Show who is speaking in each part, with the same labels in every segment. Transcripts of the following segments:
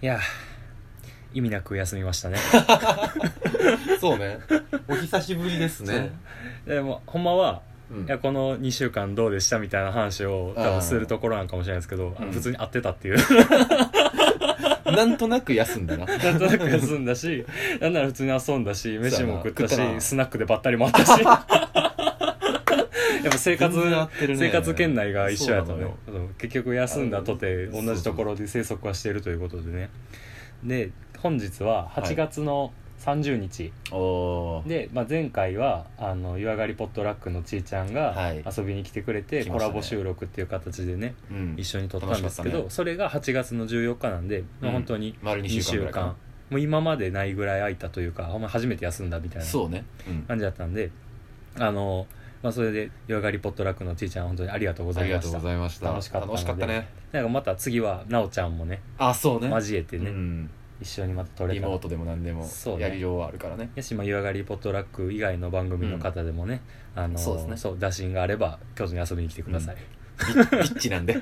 Speaker 1: いや意味なく休みま したね
Speaker 2: そうねお久しぶりですね
Speaker 1: でもほんまは、
Speaker 2: うん
Speaker 1: いやこの2週間どうでしたみたいな話を多
Speaker 2: あー
Speaker 1: 分するところなんかもしれないですけどあの
Speaker 2: うん
Speaker 1: 普通に会ってたっていう
Speaker 2: なんとなく休んだな
Speaker 1: なんとなく休んだしなんなら普通に遊んだし飯も食ったし
Speaker 2: そうやな
Speaker 1: スナックでばったりもあった しやっぱ生活、
Speaker 2: 全然合ってるね
Speaker 1: 生活圏内が一緒やった
Speaker 2: そうな
Speaker 1: ね
Speaker 2: の
Speaker 1: そう結局休んだとて
Speaker 2: あの
Speaker 1: 同じところで生息はしているということでねで本日は8月の30日、
Speaker 2: おー
Speaker 1: で、まあ、前回はあの湯上がりポットラックのちーちゃん
Speaker 2: は
Speaker 1: が
Speaker 2: い
Speaker 1: 遊びに来てくれて、
Speaker 2: 来ま
Speaker 1: コ
Speaker 2: したね
Speaker 1: ラボ収録っていう形でね
Speaker 2: うん
Speaker 1: 一緒に撮ったんですけ
Speaker 2: 楽しかっ
Speaker 1: ど、
Speaker 2: たね
Speaker 1: それが8月の14日なんで、ま
Speaker 2: う
Speaker 1: あ、
Speaker 2: ん
Speaker 1: 本当に
Speaker 2: 丸2
Speaker 1: 2
Speaker 2: 週間
Speaker 1: 週
Speaker 2: ぐらいか
Speaker 1: 間、もう今までないぐらい空いたというかほんま初めて休んだみたい
Speaker 2: な
Speaker 1: な
Speaker 2: そうねうん
Speaker 1: 感じだったんであの、まあ、それで湯上がりポットラックのちーちゃん本当にありがとうご
Speaker 2: あ
Speaker 1: ざ
Speaker 2: り
Speaker 1: い
Speaker 2: が
Speaker 1: まし
Speaker 2: とう
Speaker 1: た
Speaker 2: ございました
Speaker 1: 楽しかったので
Speaker 2: ね
Speaker 1: なんかまた次はなおちゃんもね
Speaker 2: あそうね
Speaker 1: 交えてね、
Speaker 2: うん
Speaker 1: 一緒にまた撮れ
Speaker 2: リ
Speaker 1: たら
Speaker 2: モートでも何でも
Speaker 1: そうね
Speaker 2: やりようはあるから ね
Speaker 1: やし、まあ、湯上がりポットラック以外の番組の方でもね、あの
Speaker 2: そうですね
Speaker 1: 打診があれば京都に遊びに来てください、
Speaker 2: ビッビッチなん で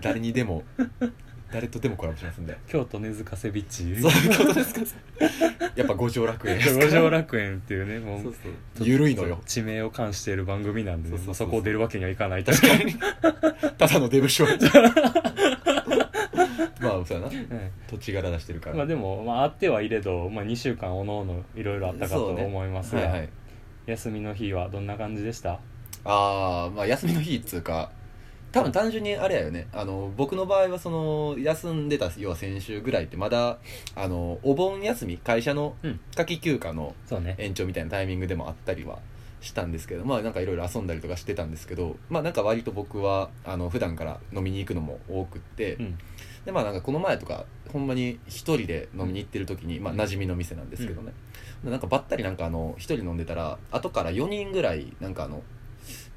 Speaker 2: 誰にでも誰とでもコラボしますんで
Speaker 1: 京都根付かせビッチ
Speaker 2: そういうことですか やっぱ 五条楽園ですか
Speaker 1: 五条楽園っていうねもう
Speaker 2: そうそうゆるいのよ
Speaker 1: 地名を冠している番組なんでね
Speaker 2: そうそう
Speaker 1: まあ
Speaker 2: そ
Speaker 1: そうこを出るわけにはいかない
Speaker 2: 確かにただのデブ症 まあそうやな
Speaker 1: うん
Speaker 2: 土地柄出してるから、
Speaker 1: まあでも、まあ、あってはいれど、まあ、2週間おのおのいろいろあったかと
Speaker 2: そうね
Speaker 1: 思います
Speaker 2: は
Speaker 1: が、
Speaker 2: いはい
Speaker 1: 休みの日はどんな感じでした
Speaker 2: ああまあ休みの日っつうか多分単純にあれやよねあの僕の場合はその休んでた要は先週ぐらいってまだあのお盆休み会社の
Speaker 1: うん
Speaker 2: 夏季休暇の
Speaker 1: そうね
Speaker 2: 延長みたいなタイミングでもあったりはしたんですけどまあなんかいろいろ遊んだりとかしてたんですけどまあなんか割と僕はあの普段から飲みに行くのも多くって、
Speaker 1: うん
Speaker 2: でまあなんかこの前とかほんまに一人で飲みに行ってる時に、まあ馴染みの店なんですけどね、でなんかばったりなんかあの一人飲んでたら後から4人ぐらいなんかあの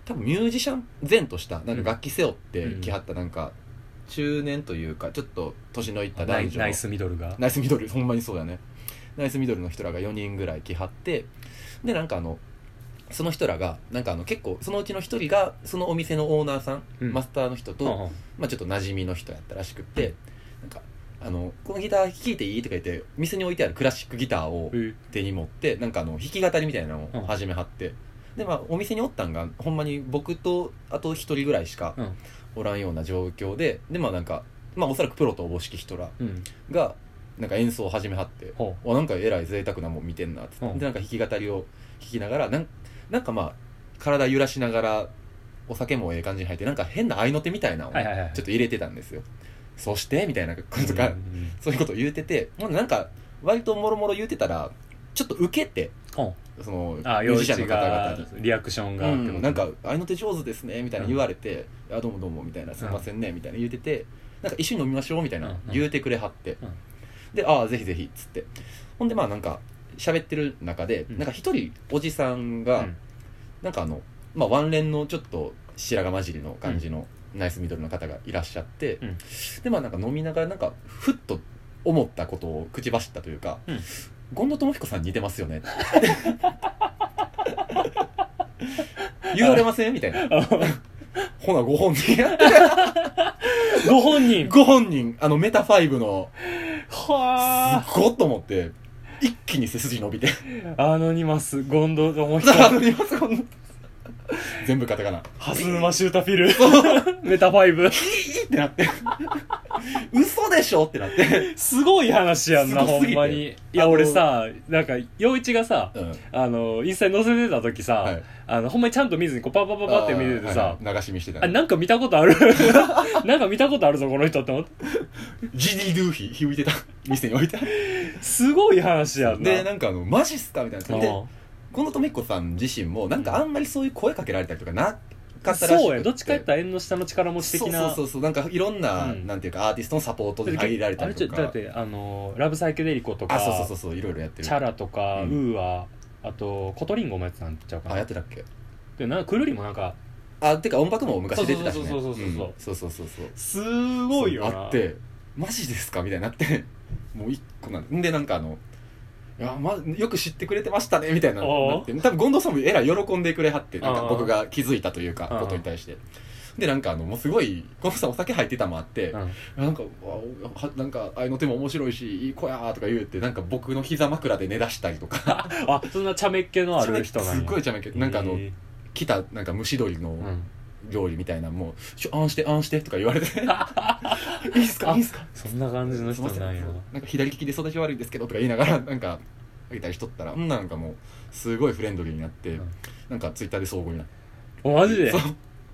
Speaker 2: 多分ミュージシャン前としたなんか楽器背負ってきはったなんか中年というかちょっと年のいった
Speaker 1: ナ
Speaker 2: 男
Speaker 1: イ
Speaker 2: 女
Speaker 1: ナイスミドルが
Speaker 2: ナイスミドルほんまにそうやねナイスミドルの人らが4人ぐらい来はってでなんかあのその人らがなんかあの結構そのうちの一人がそのお店のオーナーさん、
Speaker 1: うん
Speaker 2: マスターの人と、
Speaker 1: うんうん
Speaker 2: まあ、ちょっと馴染みの人やったらしくってなんかあの「このギター弾いていい?」とか言って店に置いてあるクラシックギターを
Speaker 1: え
Speaker 2: 手に持ってなんかあの弾き語りみたいなのを始めはって、でまあお店におったんがほんまに僕とあと一人ぐらいしか
Speaker 1: うん
Speaker 2: おらんような状況ででまあなんかまあおそらくプロとおぼしき人ら
Speaker 1: うん
Speaker 2: がなんか演奏を始めはって
Speaker 1: ほ
Speaker 2: わなんかえらい贅沢なもん見てんなっつって、
Speaker 1: うん
Speaker 2: でなんか弾き語りを弾きながらなんなんかまあ体揺らしながらお酒もええ感じに入ってなんか変な合いの手みたいなのを
Speaker 1: うはいはいはい
Speaker 2: ちょっ
Speaker 1: っ
Speaker 2: と入れてたんですよそしてみたいなこととか、
Speaker 1: うん
Speaker 2: そういうことを言うててもうなんか割ともろもろ言うてたらちょっと受けて
Speaker 1: ほ
Speaker 2: その
Speaker 1: う
Speaker 2: ミ
Speaker 1: あ
Speaker 2: ュー
Speaker 1: 陽
Speaker 2: ジシャ
Speaker 1: 一
Speaker 2: ンの方々
Speaker 1: が
Speaker 2: に。
Speaker 1: リアクション
Speaker 2: う
Speaker 1: がってこと
Speaker 2: ん、なんか「合いの手上手ですね」みたいな言われて「あどうもどうも」みたいな「すいませんね」みたいな言うてて「なんか一緒に飲みましょう」みたい
Speaker 1: うん
Speaker 2: な
Speaker 1: うん
Speaker 2: 言うてくれはって
Speaker 1: うん
Speaker 2: で「ああぜひぜひ」っつってほんでまあなんか喋ってる中で
Speaker 1: うん
Speaker 2: なんか一人おじさん
Speaker 1: う
Speaker 2: が
Speaker 1: ん
Speaker 2: なんかあの、まあ、ワンレンのちょっと白髪混じりの感じのナイスミドルの方がいらっしゃって、
Speaker 1: うん
Speaker 2: でまあなんか飲みながらなんかふっと思ったことを口走ったというか
Speaker 1: うん
Speaker 2: 「権、藤智彦さん似てますよね」って言われませんみたいな ほなご本人
Speaker 1: ご本人
Speaker 2: ご本人あのメタファイブの
Speaker 1: は
Speaker 2: すっごっと思って一気に背筋伸びて
Speaker 1: あアノニマスゴンドと もひ
Speaker 2: あの今そこの全部カタカナ
Speaker 1: ハズマシュータフィル メタファイ ブ
Speaker 2: ってなって嘘でしょって なって、
Speaker 1: すごい話やんな
Speaker 2: すご
Speaker 1: ほ
Speaker 2: すぎ
Speaker 1: ん
Speaker 2: て
Speaker 1: まにいや
Speaker 2: あの
Speaker 1: 俺さなんか陽一がさあのインスタに載せてた時さ、
Speaker 2: はい
Speaker 1: あのほんまにちゃんと見ずにこうパパパパって見ててさ
Speaker 2: あーはいはい流し見してた
Speaker 1: あなんか見たことある なんか見たことあるぞこの人って思って
Speaker 2: ジディ・ドゥーヒーひい てた店に置いてある
Speaker 1: すごい話やんな
Speaker 2: でなんかあのマジっすかみたいな
Speaker 1: う
Speaker 2: 感
Speaker 1: ん
Speaker 2: じで近藤富子さん自身もなんかあんまりそういう声かけられたりとかなかったらしくて
Speaker 1: そうやどっちかやったら縁の下の力持ち的な
Speaker 2: そうそうそうそうなんかいろんな、
Speaker 1: うん
Speaker 2: なんていうかアーティストのサポートに入られた
Speaker 1: あ
Speaker 2: り
Speaker 1: れちょ
Speaker 2: と
Speaker 1: っとだ
Speaker 2: か
Speaker 1: ってあのラブサイケデリコとか
Speaker 2: あそうそうそうそういろいろやってる
Speaker 1: チャラとか、
Speaker 2: うん
Speaker 1: ウーアあとコトリンゴもやってたんちゃうか
Speaker 2: あや
Speaker 1: な
Speaker 2: ってたっけ
Speaker 1: でなんかくるりもなんか
Speaker 2: あてか音楽も昔出てたしね
Speaker 1: そうそうそうそうそう
Speaker 2: うんそうそうそうそう
Speaker 1: すごいよな
Speaker 2: あってマジですかみたいになって もう一個なんでんでなんかあのいや、ま、よく知ってくれてましたねみたいな
Speaker 1: おう
Speaker 2: なって多分権藤さんもえらい喜んでくれはってなん
Speaker 1: あ
Speaker 2: か
Speaker 1: あ
Speaker 2: 僕が気づいたというか
Speaker 1: ああ
Speaker 2: ことに対してでなんかあのもうすごいゴンさんお酒入ってたもあって、
Speaker 1: うん
Speaker 2: なんかわおはなんか愛の手も面白いしいい子やーとか言うてなんか僕の膝枕で寝だしたりとか
Speaker 1: あそんな茶目っ気のある人なんや
Speaker 2: すっごいちゃめけなんかあの、
Speaker 1: へ
Speaker 2: 来たなんか蒸し鶏
Speaker 1: ーう
Speaker 2: の
Speaker 1: ん、
Speaker 2: 料理みたいなのも「ちょあんしてあんして」とか 言われて「いいっすか
Speaker 1: あ
Speaker 2: いいっすか」
Speaker 1: そんな感じの人なんや
Speaker 2: すいませんなんか左利きで育ち悪いんですけどとか言いながら なんかあげたりしとったらうんなんかもうすごいフレンドリーになって、
Speaker 1: うん
Speaker 2: なんかツイッターで相互になって
Speaker 1: おマジで
Speaker 2: そう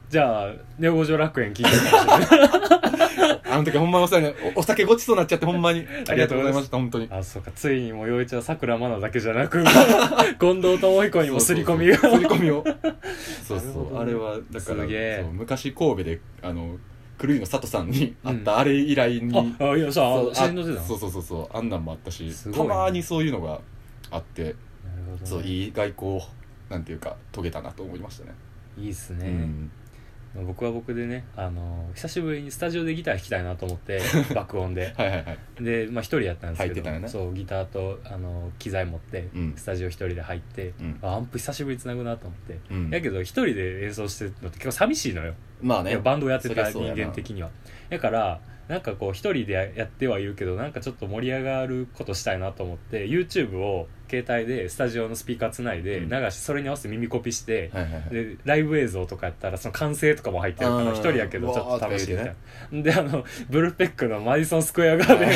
Speaker 1: じゃあネオ五条楽園聞いてるかもしれない
Speaker 2: あの時ほんまお世話になおお酒ごちそうになっちゃってほんまにありがとうございました本当に
Speaker 1: あそうかついにもう陽一はさくらまなだけじゃなく 近藤智彦にも刷り込みが
Speaker 2: そうそうそう刷り込みを そう
Speaker 1: なるほ
Speaker 2: そ
Speaker 1: ど
Speaker 2: う
Speaker 1: ね
Speaker 2: あれはだから
Speaker 1: すげえ
Speaker 2: そう昔神戸であの狂いの佐藤さんに会っ
Speaker 1: う
Speaker 2: たあれ以来に、
Speaker 1: ああいやさ
Speaker 2: そう
Speaker 1: 知りの出たの
Speaker 2: そうそうそうそうあんなんもあったし、
Speaker 1: すごい
Speaker 2: た
Speaker 1: ね
Speaker 2: まにそういうのがあって
Speaker 1: なるほどね
Speaker 2: そういい外交なんていうか遂げたなと思いましたね、
Speaker 1: いいっす
Speaker 2: う
Speaker 1: ね、
Speaker 2: ん
Speaker 1: 僕は僕でねあの久しぶりにスタジオでギター弾きたいなと思って 爆音で
Speaker 2: はいはいはい
Speaker 1: でまあ一人やったんですけど
Speaker 2: 入ってたよね
Speaker 1: そうギターとあの機材持って、
Speaker 2: うん
Speaker 1: スタジオ一人で入って
Speaker 2: うん
Speaker 1: あアンプ久しぶりに繋ぐなと思って、
Speaker 2: うん
Speaker 1: やけど一人で演奏してるのって結構寂しいのよ、
Speaker 2: まあ
Speaker 1: い
Speaker 2: ね
Speaker 1: やバンドをやってた
Speaker 2: そ
Speaker 1: 人
Speaker 2: りゃそうやな
Speaker 1: 間的にはだからなんかこう一人でやってはいるけどなんかちょっと盛り上がることしたいなと思って YouTube を携帯でスタジオのスピーカーつないで
Speaker 2: うん
Speaker 1: 流して、それに合わせて耳コピして、
Speaker 2: はいはいはい
Speaker 1: でライブ映像とかやったらその完成とかも入ってるか
Speaker 2: うん
Speaker 1: ら一人やけどちょっと楽しいみたいな
Speaker 2: わ、
Speaker 1: であのブルーペックのマディソンスクエアガーデンを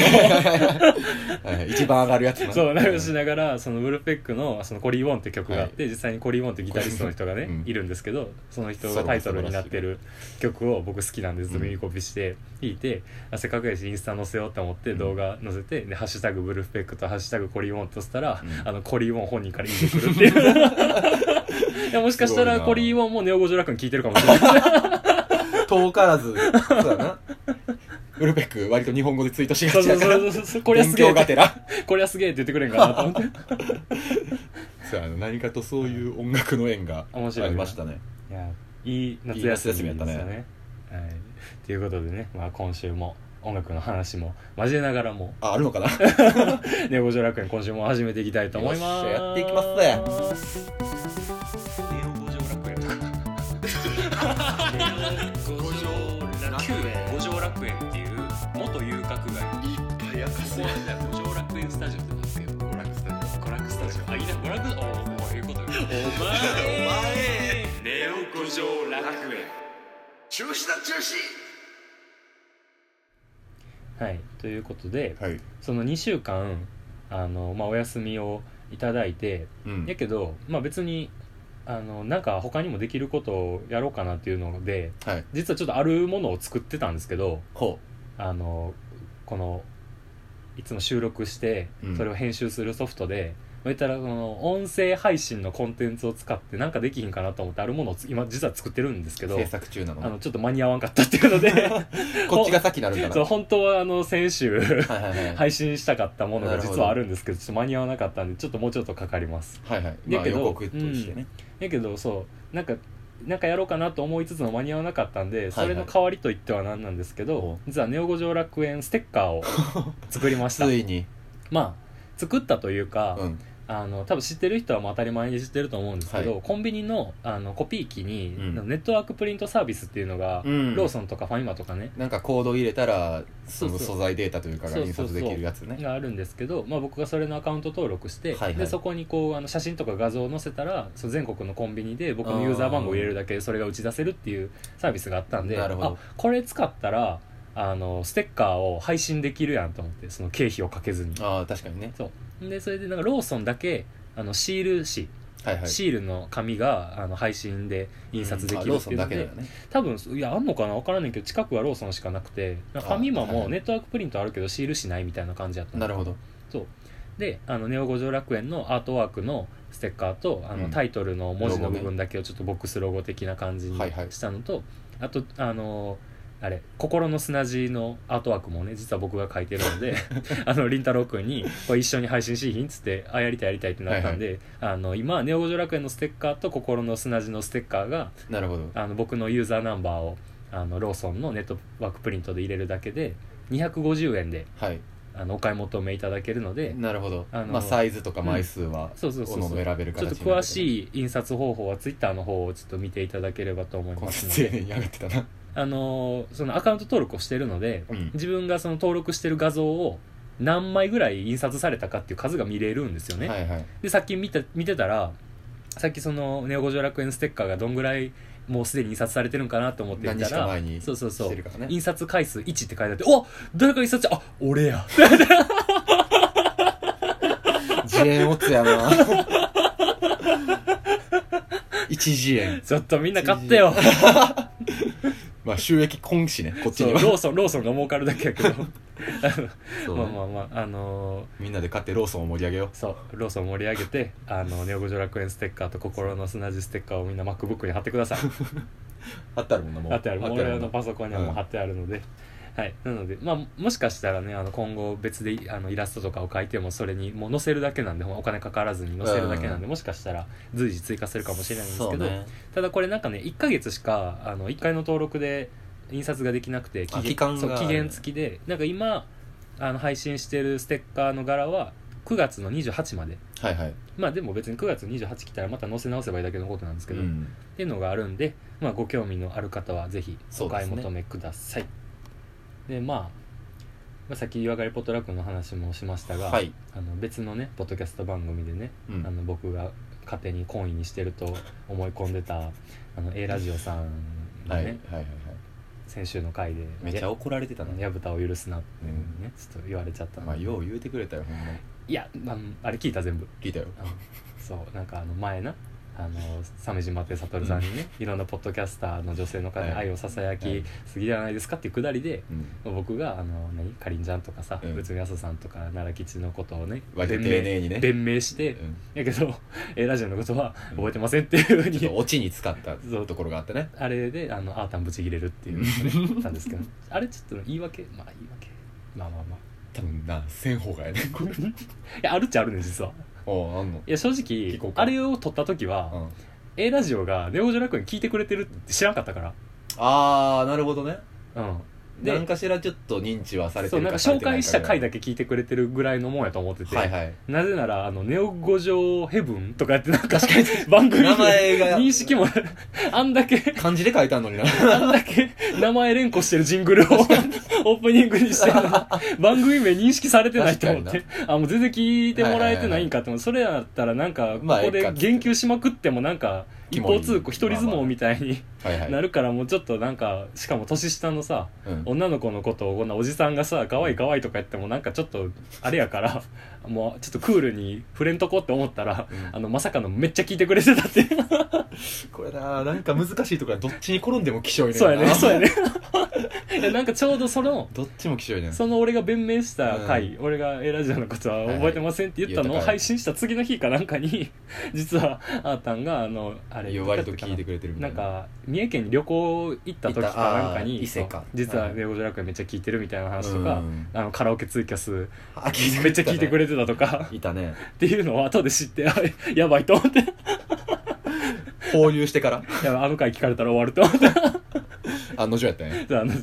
Speaker 2: はいはい一番上がるやつな
Speaker 1: そうライブしながらそのブルーペックのそのコリー・ウォンって曲があって、実際にコリー・ウォンってギタリストの人がね、
Speaker 2: うん
Speaker 1: いるんですけどその人がタイトルになってる曲を僕好きなんでずっと耳コピして弾いて、あせっかくやしインスタ載せようと思って
Speaker 2: うん
Speaker 1: 動画載せて、で「ハッシュタグブルーペック」と「ハッシュタグコリー・ウォン」としたら、
Speaker 2: うん
Speaker 1: あのコリー・ウォン本人からいいてくるってい う。いやもしかした
Speaker 2: すごい
Speaker 1: ら
Speaker 2: な
Speaker 1: コリー・ウォンもネオ・ゴジョラ君聞いてるかもしれ ない
Speaker 2: 遠から ずそうだなウルペック割と日本語でツイートし
Speaker 1: そ
Speaker 2: が
Speaker 1: うそ
Speaker 2: ちだ
Speaker 1: う
Speaker 2: から
Speaker 1: そうそうそうこれはすげえ
Speaker 2: 勉強がてら
Speaker 1: これはすげえって言ってくれんかなと思って
Speaker 2: そうあの何かとそういう音楽の縁が
Speaker 1: 面白い
Speaker 2: ありましたね
Speaker 1: いやいい夏休みでしたね
Speaker 2: いい夏休みやったね
Speaker 1: はい、ということでね、まあ、今週も音楽の話も交えながらも
Speaker 2: ああるの かな
Speaker 1: 「ネゴジョ楽園」今週も始めていきたいと思います
Speaker 2: よっしゃやっていきますぜ
Speaker 1: ネゴジョ楽園とかネゴジョ楽園五条楽園っていう元遊郭街
Speaker 2: いっぱいやか
Speaker 1: そうなんだよ五条楽園スタジオってなってる
Speaker 2: 娯楽スタジ
Speaker 1: 娯楽スタジオあいいな娯楽おおこういうことよお前ネオ五条楽園
Speaker 2: 中止だ中
Speaker 1: はいということで
Speaker 2: 止はい
Speaker 1: その2週間あの、まあ、お休みをいただいて
Speaker 2: うん
Speaker 1: やけど、まあ、別にあのなんか他にもできることをやろうかなっていうので
Speaker 2: はい
Speaker 1: 実はちょっとあるものを作ってたんですけど
Speaker 2: ほ
Speaker 1: あのこのいつも収録して
Speaker 2: うん
Speaker 1: それを編集するソフトで。まあ言ったらその音声配信のコンテンツを使ってなんかできひんかなと思ってあるものをつ今実は作ってるんですけ
Speaker 2: う
Speaker 1: ど
Speaker 2: 制作中なの
Speaker 1: あの
Speaker 2: ね
Speaker 1: ちょっと間に合わんかったっていうので
Speaker 2: こっちが先になるんだな
Speaker 1: そう本当はあの先週
Speaker 2: はいはいはい
Speaker 1: 配信したかったもの
Speaker 2: な
Speaker 1: が
Speaker 2: るほど
Speaker 1: 実はあるんですけどちょっと間に合わなかったんでちょっともうちょっとかかります
Speaker 2: はいはい
Speaker 1: や
Speaker 2: まあ
Speaker 1: けど
Speaker 2: 予告としてね
Speaker 1: やけどそうなんかなんかやろうかなと思いつつも間に合わなかったんで
Speaker 2: い
Speaker 1: それの代わりといってはなんなんですけど、
Speaker 2: お
Speaker 1: 実はネオ五条楽園ステッカ ーを作りました
Speaker 2: ついに
Speaker 1: まあ作ったというか、
Speaker 2: うん
Speaker 1: あの多分知ってる人はもう当たり前に知ってると思うんですけど、
Speaker 2: は
Speaker 1: コンビニのあのコピー機に、
Speaker 2: うん
Speaker 1: ネットワークプリントサービスっていうのが、
Speaker 2: うん
Speaker 1: ローソンとかファミマとかね
Speaker 2: なんかコード入れたらその
Speaker 1: そうそう
Speaker 2: 素材データというかが印刷できるやつね
Speaker 1: があるんですけど、まあ、僕がそれのアカウント登録して、
Speaker 2: はいはい
Speaker 1: でそこにこうあの写真とか画像を載せたらそう全国のコンビニで僕のユーザー番号を入れるだけでそれが打ち出せるっていうサービスがあったんで
Speaker 2: なるほど
Speaker 1: あこれ使ったらあのステッカーを配信できるやんと思ってその経費をかけずに
Speaker 2: ああ確かにね
Speaker 1: でそれでなんかローソンだけあのシール紙、
Speaker 2: はいはい
Speaker 1: シールの紙があの配信で印刷できる
Speaker 2: うんあロ
Speaker 1: っ
Speaker 2: ー
Speaker 1: て
Speaker 2: ソ
Speaker 1: い
Speaker 2: ン
Speaker 1: うの
Speaker 2: だ
Speaker 1: で、
Speaker 2: けだよね
Speaker 1: 多分いやあんのかな分からないけど近くはローソンしかなくてファミマ
Speaker 2: はいは
Speaker 1: も
Speaker 2: い
Speaker 1: ネットワークプリントあるけどシール紙ないみたいな感じやったんで
Speaker 2: なるほど
Speaker 1: であのネオ五条楽園のアートワークのステッカーとあの、
Speaker 2: うん
Speaker 1: タイトルの文字の
Speaker 2: ロゴ
Speaker 1: 部
Speaker 2: ね
Speaker 1: 分だけをちょっとボックスロゴ的な感じに
Speaker 2: はいはい
Speaker 1: したのと、あとあのあれ心の砂地のアートワークもね実は僕が書いてる ので あの凛太郎君にこれ一緒に配信しひんっつってあやりたいやりたいってなったんで、あの今ネオ五条楽園のステッカーと心の砂地のステッカーが
Speaker 2: なるほど
Speaker 1: あの僕のユーザーナンバーをあのローソンのネットワークプリントで入れるだけで250円で
Speaker 2: はい
Speaker 1: あのお買い求めいただけるので、
Speaker 2: なるほど
Speaker 1: あの
Speaker 2: まあサイズとか枚数は
Speaker 1: そうそう
Speaker 2: 各
Speaker 1: そうそう
Speaker 2: 々選べる
Speaker 1: ちょ
Speaker 2: 形
Speaker 1: っと詳
Speaker 2: になってる
Speaker 1: しい印刷方法はツイッターの方をちょっと見ていただければと思い
Speaker 2: こん
Speaker 1: ま
Speaker 2: な
Speaker 1: すの
Speaker 2: 丁
Speaker 1: で
Speaker 2: 寧に上がってたな
Speaker 1: あのそのアカウント登録をしてるので、
Speaker 2: うん
Speaker 1: 自分がその登録してる画像を何枚ぐらい印刷されたかっていう数が見れるんですよね、
Speaker 2: はいはい
Speaker 1: でさっき見た見てたらさっきその「ネオ五条楽園」ステッカーがどんぐらいもうすでに印刷されてるんかなと思って見
Speaker 2: 何
Speaker 1: た
Speaker 2: 日から前に
Speaker 1: そうそうそ
Speaker 2: して
Speaker 1: う
Speaker 2: るからね
Speaker 1: 印刷回数1って書いてあってお誰か印刷したあ俺や
Speaker 2: 自演オツや な一次元
Speaker 1: ちょっとみんな買ってよ
Speaker 2: まあ収益今しねこっち
Speaker 1: そう
Speaker 2: に
Speaker 1: ロ
Speaker 2: は
Speaker 1: ーソンローソンが儲かるだけやけ ど
Speaker 2: そ う
Speaker 1: まあまあまああのー
Speaker 2: みんなで買ってローソンを盛り上げよ
Speaker 1: そうローソンを盛り上げてあのネオ五条楽園ステッカーと心の砂地ステッカーをみんな MacBook に貼ってください
Speaker 2: うあったるもんなもう
Speaker 1: 貼ってあるもう
Speaker 2: 貼って
Speaker 1: 俺
Speaker 2: もんな
Speaker 1: のパソコンにはもう貼ってあるので、はいなのでまあもしかしたらねあの今後別であのイラストとかを描いてもそれにもう載せるだけなんでほんまお金かからずに載せるだけなんで、もしかしたら随時追加するかもしれないんです
Speaker 2: そ
Speaker 1: け
Speaker 2: う
Speaker 1: ど、
Speaker 2: ね
Speaker 1: ただこれなんかね1ヶ月しかあの1回の登録で印刷ができなくて
Speaker 2: あ期間が
Speaker 1: そう期限付きでなんか今あの配信してるステッカーの柄は9月の28まで
Speaker 2: はいはい
Speaker 1: まあでも別に9月28来たらまた載せ直せばいいだけのことなんですけど、
Speaker 2: う
Speaker 1: っ
Speaker 2: ん
Speaker 1: ていうのがあるんで、まあ、ご興味のある方はぜひ
Speaker 2: そ
Speaker 1: お
Speaker 2: うで
Speaker 1: 買
Speaker 2: すね
Speaker 1: い求めくださいで,、まあ、まあさっき「湯上がりポトラック」の話もしましたが、
Speaker 2: はい
Speaker 1: あの別のねポッドキャスト番組でね、
Speaker 2: うん
Speaker 1: あの僕が勝手に懇意にしてると思い込んでたあの A ラジオさんが
Speaker 2: は
Speaker 1: ね、
Speaker 2: いはいはいはい
Speaker 1: 先週の回で
Speaker 2: めっちゃ
Speaker 1: や
Speaker 2: 怒られてたな
Speaker 1: やぶたを許すなって、ね、ちょっと言われちゃったんで
Speaker 2: まあよう言うてくれたよほんま
Speaker 1: いやあのあれ聞いた全部
Speaker 2: 聞いたよ
Speaker 1: あのそうなんかあの前なあの鮫島手悟さんにね、いろんなポッドキャスターの女性の方に
Speaker 2: はい
Speaker 1: 愛をささや
Speaker 2: は
Speaker 1: き
Speaker 2: い
Speaker 1: すぎじゃないですかっていうくだりで、
Speaker 2: うん
Speaker 1: 僕があの何かりんちゃんとかさ
Speaker 2: うん
Speaker 1: 内海朝さんとか奈良吉のことをね
Speaker 2: 割と
Speaker 1: 弁
Speaker 2: 丁
Speaker 1: 明
Speaker 2: 寧にね
Speaker 1: 弁明して、
Speaker 2: うん
Speaker 1: やけど えラジオのことは
Speaker 2: うん
Speaker 1: 覚えてませんっていうふう
Speaker 2: ちょっ
Speaker 1: に
Speaker 2: とオチに使ったところがあってね
Speaker 1: あれであのあーたんぶち切れるっていうの がねなんですけどあれちょっと言い訳まあ言い訳まあまあまあ
Speaker 2: 多分なせん方がや ね
Speaker 1: いやあるっちゃあるね実は
Speaker 2: おうあんの
Speaker 1: いや正
Speaker 2: 聞こ
Speaker 1: 直
Speaker 2: うか
Speaker 1: あれを撮った時は、
Speaker 2: うん
Speaker 1: A ラジオがネオ・ジョラクエン聞いてくれてるって知らんかったから
Speaker 2: ああなるほどね
Speaker 1: うん
Speaker 2: 何
Speaker 1: で
Speaker 2: かしらちょっと認知はされ
Speaker 1: そ
Speaker 2: て
Speaker 1: う
Speaker 2: る
Speaker 1: なん
Speaker 2: か
Speaker 1: か紹介した回だ
Speaker 2: け
Speaker 1: け聞いてくれてるぐらいのもんやと思ってて、
Speaker 2: はいはい
Speaker 1: なぜならあのネオ五条ヘブンとかやってなんか番組で
Speaker 2: 名前が
Speaker 1: 認識 もあんだけ
Speaker 2: 漢字で書いてあるのに な
Speaker 1: あんだけ名前連呼してるジング ルをオープニングにしてる のに番組名認識されてないと思ってあもう全然聞いてもらえてないんかと思ってそれやったらなんか
Speaker 2: まあ
Speaker 1: ここで言及しまくってもなんか一方通行一人相撲みたいに
Speaker 2: はいはい
Speaker 1: なるからもうちょっとなんかしかも年下のさ
Speaker 2: うん
Speaker 1: 女の子のことをこんなおじさんがさ可愛い可愛いとか言ってもなんかちょっとあれやから もうちょっとクールに触れんとこって思ったら
Speaker 2: うん
Speaker 1: あのまさかのめっちゃ聞いてくれてたって
Speaker 2: これななんか難しいところはどっちに転んでも気象いねんな
Speaker 1: そうやねそうやね いやなんかちょうどその
Speaker 2: どっちも気象いねん
Speaker 1: その俺が弁明した回、俺が「エラジオのことは覚えてません」って言ったの
Speaker 2: は
Speaker 1: を
Speaker 2: いはい
Speaker 1: 配信した次の日かなんかに実はあーたんがあのあれ
Speaker 2: いや割と聞いてくれてるみた
Speaker 1: ないんか三重県に旅行行った時かなんかに
Speaker 2: 行ったあー伊勢か
Speaker 1: そう実は
Speaker 2: はい
Speaker 1: ネオジョラクエめっちゃ聞いてるみたいな話
Speaker 2: う
Speaker 1: と
Speaker 2: ん
Speaker 1: かあのカラオケツイキャス
Speaker 2: あ聞いてく
Speaker 1: め
Speaker 2: れ
Speaker 1: っちゃ聞いてくれてたとか
Speaker 2: いたね
Speaker 1: っていうのを後で知ってあやばいと思って
Speaker 2: 放流してから
Speaker 1: いやあの回聞かれたら終わると思って
Speaker 2: 案の定やったね
Speaker 1: あの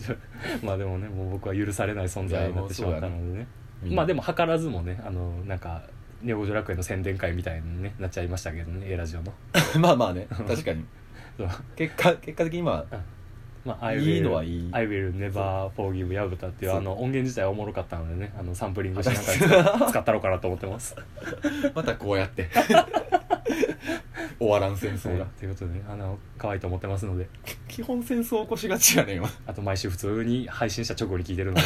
Speaker 1: まあでもねもう僕は許されない存在になってしまったのでねまあで
Speaker 2: も
Speaker 1: も図らずもねあのなんかネオジョラクエの宣伝会みたいに、ね、なっちゃいましたけどね A ラジオの
Speaker 2: まあまあね確かに
Speaker 1: そう
Speaker 2: 結果結果的に今
Speaker 1: まあ、I
Speaker 2: いい
Speaker 1: will,
Speaker 2: のはいい
Speaker 1: I will never forgive 矢蓋っていう
Speaker 2: そう
Speaker 1: あの音源自体はおもろかったのでねあのサンプリングしながら使使ったろうかなと思って ます。
Speaker 2: またこうやって終わらん戦争が
Speaker 1: ということで、ね、あの可愛いと思ってますので
Speaker 2: 基本戦争起こしがちやね今
Speaker 1: あと毎週普通に配信した直後に聞いてる ので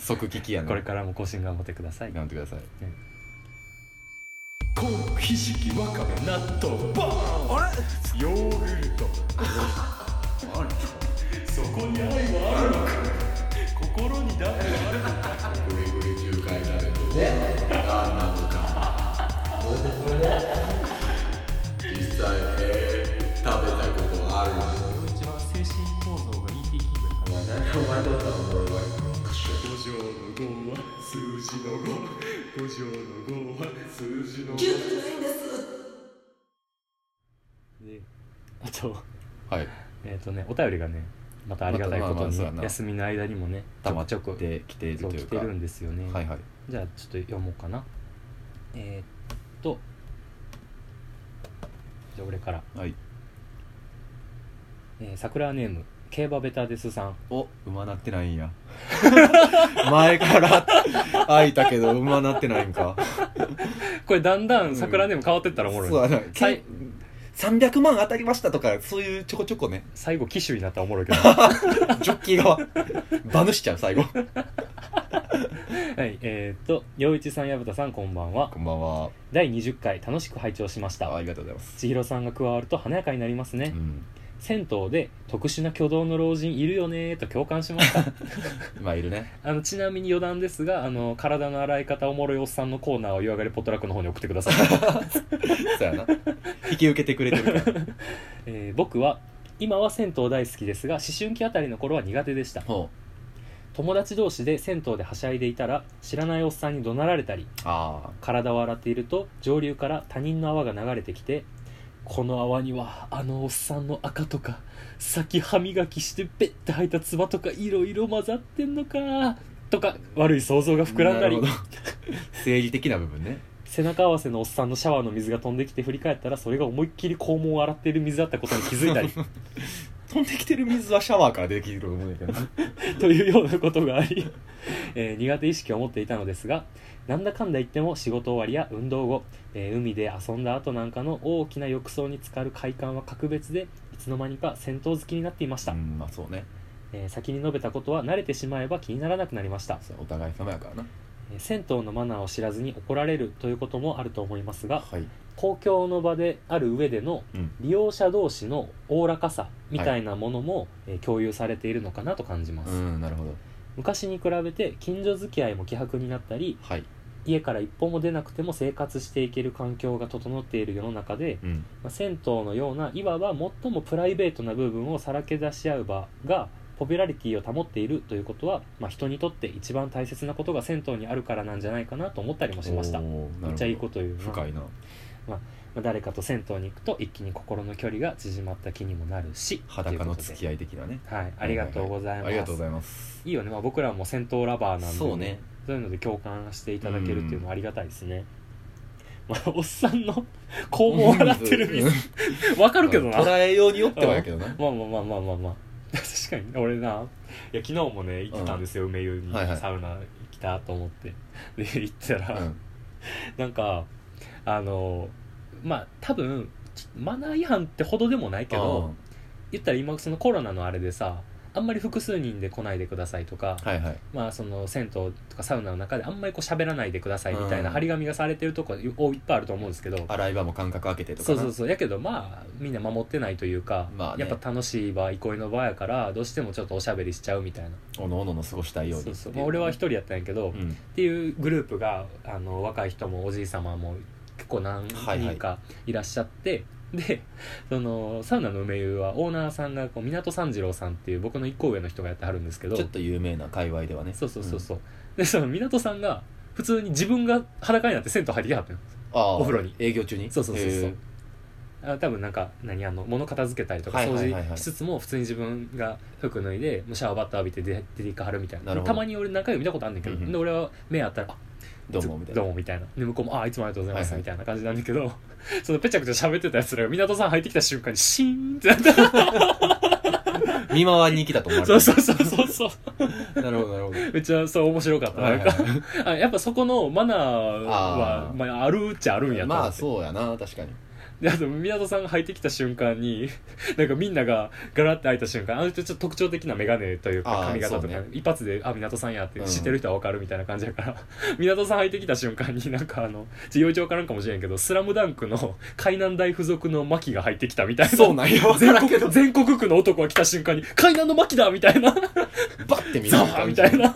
Speaker 2: 即聞きやね
Speaker 1: これからも更新頑張ってください。
Speaker 2: 頑張ってください
Speaker 3: ひじきわかめ納豆バーンあれヨーグルトあらそこに愛はあるのか心にだってあるのか
Speaker 2: グレグレ10回食べて実際食べたことある
Speaker 3: 一番精神構造がいいって聞くから五条の五は数字の五五条の五は数字の五
Speaker 1: であと
Speaker 2: はい
Speaker 1: えっ、とねお便りがねまたありがたいこ
Speaker 2: またま
Speaker 1: と
Speaker 2: あまあそう
Speaker 1: に
Speaker 2: やな
Speaker 1: 休みの間にもね
Speaker 2: 溜まっ
Speaker 1: ちょくちょ
Speaker 2: てきてい
Speaker 1: く
Speaker 2: る
Speaker 1: そ
Speaker 2: と
Speaker 1: う
Speaker 2: い
Speaker 1: 来
Speaker 2: う
Speaker 1: て
Speaker 2: か
Speaker 1: るんですよね。
Speaker 2: はいはい
Speaker 1: じゃあちょっと読もうかなえー、っとじゃあ俺から、
Speaker 2: はい
Speaker 1: えー、桜ネーム競馬ベタですさん
Speaker 2: お馬なってないん や前から会いたけど馬なってないん か
Speaker 1: これだんだん桜ネーム変わってったらおもろいな、
Speaker 2: そうやなけん
Speaker 1: はい
Speaker 2: 300万当たりましたとかそういうちょこちょこね
Speaker 1: 最後騎手になったらおもろいけ ど
Speaker 2: ジョッキー 側馬主ちゃう最後
Speaker 1: はいえー、っと陽一さん薮田さんこんばんは
Speaker 2: こんばんは
Speaker 1: 第20回楽しく拝聴しました
Speaker 2: ありがとうございます、
Speaker 1: 千尋さんが加わると華やかになります
Speaker 2: う
Speaker 1: ね、
Speaker 2: ん、
Speaker 1: 銭湯で特殊な挙動の老人いるよねーと共感しました
Speaker 2: 今いるね
Speaker 1: あのちなみに余談ですがあの体の洗い方おもろいおっさんのコーナーを湯上がりポトラックの方に送ってください、
Speaker 2: そうやな 引き受けてくれてるから
Speaker 1: えー僕は今は銭湯大好きですが思春期あたりの頃は苦手でした
Speaker 2: ほ
Speaker 1: 友達同士で銭湯ではしゃいでいたら知らないおっさんに怒鳴られたり
Speaker 2: うあ
Speaker 1: 体を洗っていると上流から他人の泡が流れてきてこの泡にはあのおっさんの赤とか先歯磨きしてペッて吐いた唾とかいろいろ混ざってんのかとか悪い想像が
Speaker 2: あ
Speaker 1: 膨らんだり
Speaker 2: 生理的な部分ね
Speaker 1: 背中合わせのおっさんのシャワーの水が飛んできて振り返ったらそれが思いっきり肛門を洗っている水だったことに気づいたり
Speaker 2: 飛んできてる水はシャワーから出てきてると思うんだけどな
Speaker 1: というようなことがあり、 えー苦手意識を持っていたのですがなんだかんだ言っても仕事終わりや運動後、えー海で遊んだ後なんかの大きな浴槽に浸かる快感は格別でいつの間にか戦闘好きになっていました、
Speaker 2: うんまあそうね
Speaker 1: えー先に述べたことは慣れてしまえば気にならなくなりました、
Speaker 2: そうお互い様やからな
Speaker 1: えー銭湯のマナーを知らずに怒られるということもあると思いますが
Speaker 2: はい
Speaker 1: 公共の場である上での
Speaker 2: うん
Speaker 1: 利用者同士のおおらかさみたいなものも、えー共有されているのかなと感じます、
Speaker 2: うんなるほど
Speaker 1: 昔に比べて近所付き合いも希薄になったり
Speaker 2: はい
Speaker 1: 家から一歩も出なくても生活していける環境が整っている世の中で、
Speaker 2: うん
Speaker 1: まあ、銭湯のようないわば最もプライベートな部分をさらけ出し合う場がポピュラリティを保っているということは、まあ、人にとって一番大切なことが銭湯にあるからなんじゃないかなと思ったりもしましため
Speaker 2: おーなるほど
Speaker 1: っちゃいいこと言うな
Speaker 2: 深いな
Speaker 1: まあ、誰かと銭湯に行くと一気に心の距離が縮まった気にもなるし
Speaker 2: 裸の付
Speaker 1: 合い
Speaker 2: き合い的なね
Speaker 1: うことで、はい、ありがとうございます、
Speaker 2: ありがとうご
Speaker 1: い
Speaker 2: ざいます
Speaker 1: いよね、まあ、僕らも銭湯ラバーなんで
Speaker 2: そうね
Speaker 1: そういうので共感していただけるっていうのはありがたいですね、まあ、おっさんの 肛門を洗ってる水わかるけどなまあ
Speaker 2: 捉えようによってはやけどな
Speaker 1: まあまあまあまあまあ確かに俺ないや昨日もね行ってたんですよ、梅湯に
Speaker 2: はいはい
Speaker 1: サウナ行きたと思って で行ったら、
Speaker 2: うん
Speaker 1: なんかあのまあ多分ちマナー違反ってほどでもないけど言ったら今そのコロナのあれでさあんまり複数人で来ないでくださいとか、
Speaker 2: はいはい
Speaker 1: まあ、その銭湯とかサウナの中であんまりこう喋らないでくださいみたいな
Speaker 2: うん
Speaker 1: 張り紙がされてるとこいおいっぱいあると思うんですけど
Speaker 2: 洗い場も間隔空けてとか
Speaker 1: そう
Speaker 2: な
Speaker 1: そうそうやけどまあみんな守ってないというか、
Speaker 2: まあね
Speaker 1: やっぱ楽しい場憩いの場やからどうしてもちょっとおしゃべりしちゃうみたいな
Speaker 2: おのおのの過ごしたいように
Speaker 1: そうそう、まあ、俺は一人やったんやけど、
Speaker 2: う
Speaker 1: っ
Speaker 2: ん
Speaker 1: ていうグループがあの若い人もおじい様も結構何
Speaker 2: はいは
Speaker 1: 人
Speaker 2: い
Speaker 1: かいらっしゃって。でそのサウナの梅湯はオーナーさんがこう港三次郎さんっていう僕の一個上の人がやってはるんですけど
Speaker 2: ちょっと有名な界隈ではね
Speaker 1: そうそうそうそう、でその港さんが普通に自分が裸になって銭湯入ってきはったの
Speaker 2: ああ
Speaker 1: お風呂に
Speaker 2: 営業中に
Speaker 1: そうそうそうそう
Speaker 2: へえ
Speaker 1: あ多分なんか何あの物片付けたりとか
Speaker 2: はい
Speaker 1: 掃
Speaker 2: はいはいはい
Speaker 1: 除しつつも普通に自分が服脱いでシャワーバッター浴びて出出ていかはるみたいな
Speaker 2: なるほど
Speaker 1: たまに俺何回も見たことあるんだけど、
Speaker 2: うんうん
Speaker 1: で俺は目あったら「あ
Speaker 2: どうもみたい
Speaker 1: ど
Speaker 2: な
Speaker 1: うも」みたいなで向こうも「あいつもありがとうございます」
Speaker 2: はいはい
Speaker 1: みたいな感じなんだけど、 そのぺちゃくちゃ喋ってたやつらが港さん入ってきた瞬間にシーンってなった
Speaker 2: 見回りに来たと思われ
Speaker 1: そう
Speaker 2: る
Speaker 1: そうそうそうそう
Speaker 2: なるほどなるほど
Speaker 1: めっちゃそう面白かった、
Speaker 2: はい
Speaker 1: な
Speaker 2: は
Speaker 1: んかあやっぱそこのマナーは
Speaker 2: あー
Speaker 1: まあ、あるっちゃあるんや
Speaker 2: い
Speaker 1: と思
Speaker 2: ま
Speaker 1: っ
Speaker 2: あ
Speaker 1: て
Speaker 2: そうやな確かに
Speaker 1: であと宮田さんが入ってきた瞬間に なんかみんながガラッて開いた瞬間あの人ちょっと特徴的な眼鏡というか
Speaker 2: あー
Speaker 1: 髪型とか、
Speaker 2: そうね
Speaker 1: 一発で「あ港さんや」って
Speaker 2: うん
Speaker 1: 知ってる人は分かるみたいな感じやから、 港さん入ってきた瞬間になんかあのちょ洋一わからんかもしれんけど「スラムダンクの海南大附属の牧が入ってきたみたいな
Speaker 2: そうなんや 分
Speaker 1: 全
Speaker 2: からんけど
Speaker 1: 国全国区の男が来た瞬間に「海南の牧だ!」みたいな「
Speaker 2: バッて見
Speaker 1: ザ
Speaker 2: る
Speaker 1: ー!」みたいな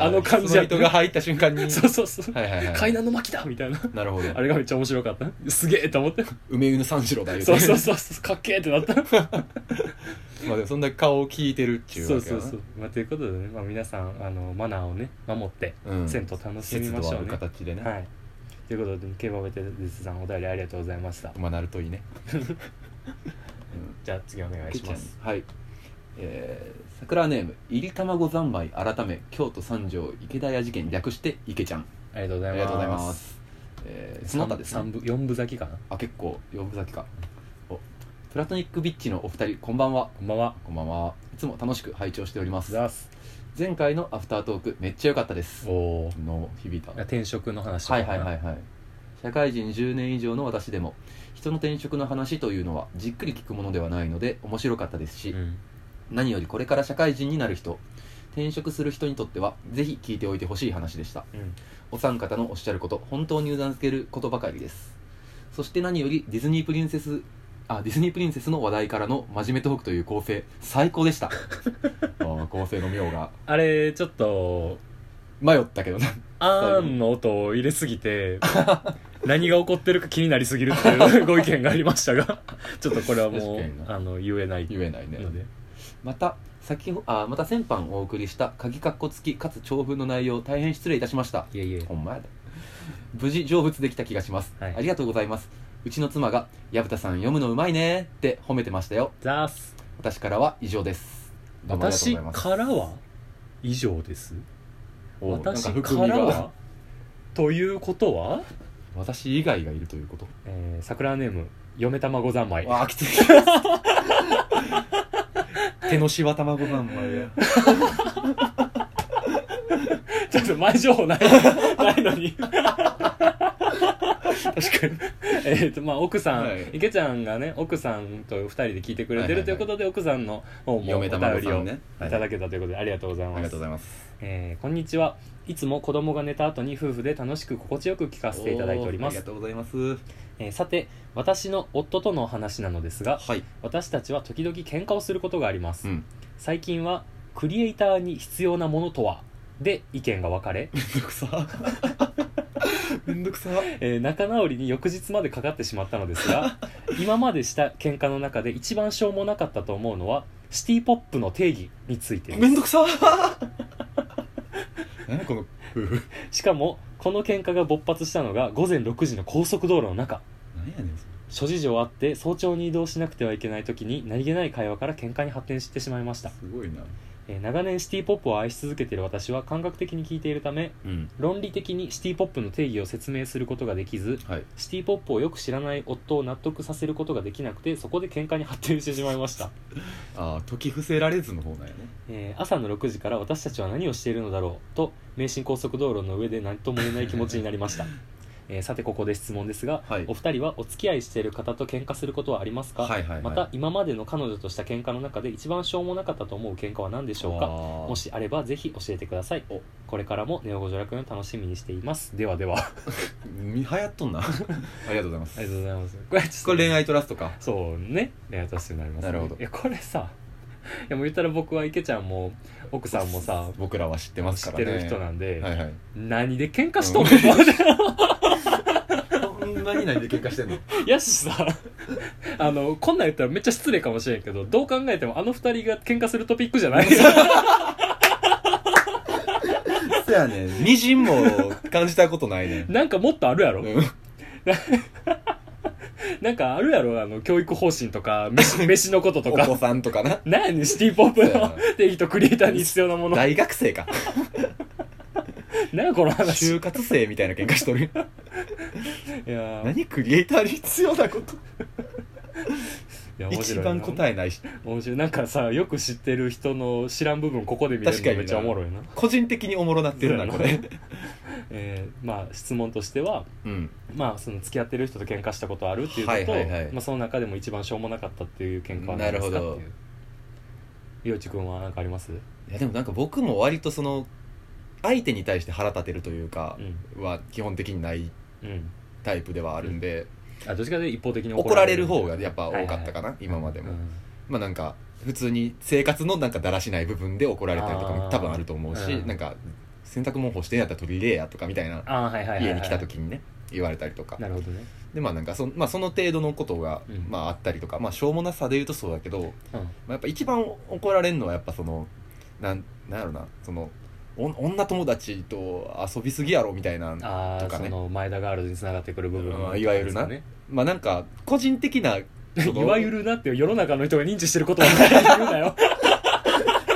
Speaker 1: あの感じや
Speaker 2: や人が入った瞬間に
Speaker 1: そうそうそう
Speaker 2: はいは
Speaker 1: 「
Speaker 2: いは
Speaker 1: 海
Speaker 2: い
Speaker 1: 南の牧だ!」みたいな
Speaker 2: なるほど
Speaker 1: あれがめっちゃ面白かったすげえと思 って
Speaker 2: 梅湯の三四郎だ言うて
Speaker 1: そうそうそうそうかっけえってな った
Speaker 2: まあでもそんだけ顔を聞いてるっちゅう
Speaker 1: そう
Speaker 2: わけ
Speaker 1: そう
Speaker 2: やな
Speaker 1: そう、まあ、ということでね、まあ、皆さんあのマナーをね守って
Speaker 2: うん
Speaker 1: 銭湯楽しみ
Speaker 2: 節
Speaker 1: まし
Speaker 2: 度
Speaker 1: ょう
Speaker 2: ある
Speaker 1: ね、
Speaker 2: 形でね、
Speaker 1: はいということで競馬ベテルズさんお便りありがとうございました
Speaker 2: まあなるといいね
Speaker 1: じゃあ次お願いします
Speaker 2: はいえー、桜ネーム「いりたまご三昧」改め京都三条池田屋事件略して池ちゃん
Speaker 1: ありがとうござ
Speaker 2: あ
Speaker 1: います
Speaker 2: りがとうございます、えー、その他です、
Speaker 1: 三
Speaker 2: ね、
Speaker 1: 部四部咲きかな
Speaker 2: あ結構呼ぶ先かおプラトニックビッチのお二人こんばんは
Speaker 1: こんばんは
Speaker 2: こんばんはいつも楽しく拝聴しております
Speaker 1: ザース
Speaker 2: 前回のアフタートークめっちゃ良かったです
Speaker 1: おー
Speaker 2: の響いた
Speaker 1: 転職の話とか
Speaker 2: はいはいはいはい社会人10年以上の私でも人の転職の話というのはじっくり聞くものではないので面白かったですし、
Speaker 1: うん
Speaker 2: 何よりこれから社会人になる人転職する人にとってはぜひ聞いておいてほしい話でした
Speaker 1: うん
Speaker 2: お三方のおっしゃること本当に油断づけることばかりですそして何よりディズニープリンセスあディズニープリンセスの話題からの真面目トークという構成最高でしたあー構成の妙が
Speaker 1: あれちょっと
Speaker 2: 迷ったけどな
Speaker 1: あーんの音を入れすぎて何が起こってるか気になりすぎるっていうご意見がありましたが ちょっとこれはもう
Speaker 2: 確かにな
Speaker 1: あの言えない
Speaker 2: 言えないね
Speaker 1: ので
Speaker 2: また先ほあまた先般お送りした鍵かっこ付きかつ長文の内容大変失礼いたしました
Speaker 1: いえいえ
Speaker 2: ほんまやで無事成仏できた気がします、
Speaker 1: はい
Speaker 2: ありがとうございますうちの妻が「矢蓋さん読むのうまいね」って褒めてましたよ
Speaker 1: ザース
Speaker 2: 私からは以上ですどうもありがとう
Speaker 1: 私
Speaker 2: ございます
Speaker 1: からは以上です
Speaker 2: おう
Speaker 1: 私
Speaker 2: なん含
Speaker 1: か
Speaker 2: み
Speaker 1: ら
Speaker 2: が
Speaker 1: はということは、
Speaker 2: 私以外がいるということ
Speaker 1: えー、桜ネーム嫁たまご三昧
Speaker 2: わあきつい手のしわ卵なんまや
Speaker 1: ちょっと前情 報ないないのに確かにえっとまあ奥さん、
Speaker 2: はい
Speaker 1: 池ちゃんがね奥さんと二人で聞いてくれてるということで、奥さんの方もお
Speaker 2: 嫁
Speaker 1: 便
Speaker 2: 卵
Speaker 1: り
Speaker 2: さ
Speaker 1: を
Speaker 2: んね
Speaker 1: いただけたということでありがとうござい
Speaker 2: はいあ
Speaker 1: ま
Speaker 2: り
Speaker 1: す
Speaker 2: がとうございます
Speaker 1: えーこんにちはいつも子供が寝た後に夫婦で楽しく心地よく聞かせていただいておりま
Speaker 2: あ
Speaker 1: す
Speaker 2: りがとうございます
Speaker 1: えーさて私の夫とのお話なのですが
Speaker 2: はい
Speaker 1: 私たちは時々喧嘩をすることがあります、
Speaker 2: うん
Speaker 1: 最近はクリエイターに必要なものとはで意見が分かれ、
Speaker 2: めんどくさめんど くさ
Speaker 1: えー仲直りに翌日までかかってしまったのです が今までした喧嘩の中で一番しょうもなかったと思うのはシティポップの定義についてです
Speaker 2: めんどくさ 何この夫婦
Speaker 1: しかもこの喧嘩が勃発したのが午前6時の高速道路の中
Speaker 2: 何やねんそ
Speaker 1: 諸事情あって早朝に移動しなくてはいけない時に何気ない会話から喧嘩に発展してしまいました
Speaker 2: れ、すごいな
Speaker 1: えー長年シティポップを愛し続けている私は感覚的に聞いているため
Speaker 2: うん
Speaker 1: 論理的にシティポップの定義を説明することができず
Speaker 2: はい
Speaker 1: シティポップをよく知らない夫を納得させることができなくてそこで喧嘩に発展してしまいました、
Speaker 2: ああ解き伏せられずの方なんやね
Speaker 1: えー朝の6時から私たちは何をしているのだろうと名神高速道路の上で何とも言えない気持ちになりま した、えーさてここで質問ですが、
Speaker 2: はい
Speaker 1: お二人はお付き合いしている方と喧嘩することはありますか、
Speaker 2: はいはいはい
Speaker 1: また今までの彼女とした喧嘩の中で一番しょうもなかったと思う喧嘩は何でしょう
Speaker 2: あ
Speaker 1: か
Speaker 2: ー
Speaker 1: もしあればぜひ教えてください
Speaker 2: お
Speaker 1: これからもネオ五条楽園を楽しみにしていますではでは あ
Speaker 2: 見流行っ とんなありがとうございます
Speaker 1: りがとうございますこれちょっと
Speaker 2: これ恋愛トラストか
Speaker 1: そうね恋愛としてになります、ね、
Speaker 2: なるほど
Speaker 1: いやこれさいやもう言ったら僕は池ちゃんも奥さんもさ
Speaker 2: 僕らは知ってます
Speaker 1: 知っ
Speaker 2: から
Speaker 1: て
Speaker 2: ね
Speaker 1: る人なんで、
Speaker 2: はいはい
Speaker 1: 何で喧嘩しとんの、
Speaker 2: こんなに何で喧嘩してんの
Speaker 1: やしさ あのこんなん言ったらめっちゃ失礼かもしれんけどどう考えてもあの二人が喧嘩するトピックじゃない
Speaker 2: そやねみじんも感じたことないね
Speaker 1: なんかもっとあるやろ、
Speaker 2: うん
Speaker 1: なんかあるやろあの教育方針とか 飯飯のことと
Speaker 2: お子
Speaker 1: か
Speaker 2: さんとか な
Speaker 1: 何やねんシティ・ポップ
Speaker 2: そうや
Speaker 1: の
Speaker 2: な
Speaker 1: 定義とクリエイターに必要なもの
Speaker 2: 大学生か
Speaker 1: 何やこの話い
Speaker 2: 就活生みたいな喧嘩しと
Speaker 1: や
Speaker 2: る
Speaker 1: ー
Speaker 2: 何クリエイターに必要なこと
Speaker 1: いや面
Speaker 2: 一
Speaker 1: 白い
Speaker 2: 番答
Speaker 1: え
Speaker 2: えないし
Speaker 1: 面白いなんかさよく知ってる人の知らん部分ここで見れる
Speaker 2: 確か
Speaker 1: の
Speaker 2: にな
Speaker 1: めっちゃおもろいな
Speaker 2: 個人的におもろなってるな
Speaker 1: そ
Speaker 2: こ
Speaker 1: うや
Speaker 2: れ
Speaker 1: なえーまあ質問としては
Speaker 2: うん
Speaker 1: まあその付き合ってる人と喧嘩したことあるっていうのと、
Speaker 2: はいはいはい
Speaker 1: まあ、その中でも一番しょうもなかったっていう喧嘩は何ですか
Speaker 2: な
Speaker 1: って
Speaker 2: るほど
Speaker 1: いう陽一君は何かあります
Speaker 2: いやでもなんか僕も割とその相手に対して腹立てるというか
Speaker 1: うん
Speaker 2: は基本的にない
Speaker 1: うん
Speaker 2: タイプではあるんで、
Speaker 1: あどっちかというと一方的に
Speaker 2: 怒られる方がやっぱ多かったかな、今までも、
Speaker 1: うん
Speaker 2: まあなんか普通に生活のなんかだらしない部分で怒られたりとか
Speaker 1: あ
Speaker 2: も
Speaker 1: ー
Speaker 2: 多分あると思うし、
Speaker 1: うん
Speaker 2: なんか洗濯物干してんやったら取り入れやとかみたいな
Speaker 1: ああはいはいはい、
Speaker 2: 家に来た時にね言われたりとか
Speaker 1: なるほどね、
Speaker 2: でまあなんかそ,、まあ、その程度のことが、
Speaker 1: うん
Speaker 2: まあ、あったりとか、まあ、しょうもなさで言うとそうだけど、ま
Speaker 1: うん
Speaker 2: あ、やっぱ一番怒られるのはやっぱそのなんなんやろなそのお女友達と遊びすぎやろみたいな
Speaker 1: ああ、
Speaker 2: とかね
Speaker 1: その前田ガールズに繋がってくる部分
Speaker 2: うんいわゆ
Speaker 1: で
Speaker 2: るな
Speaker 1: すかね
Speaker 2: まあなんか個人的 なその
Speaker 1: いわゆるなって世の中の人が認知 してることはないって言うなよ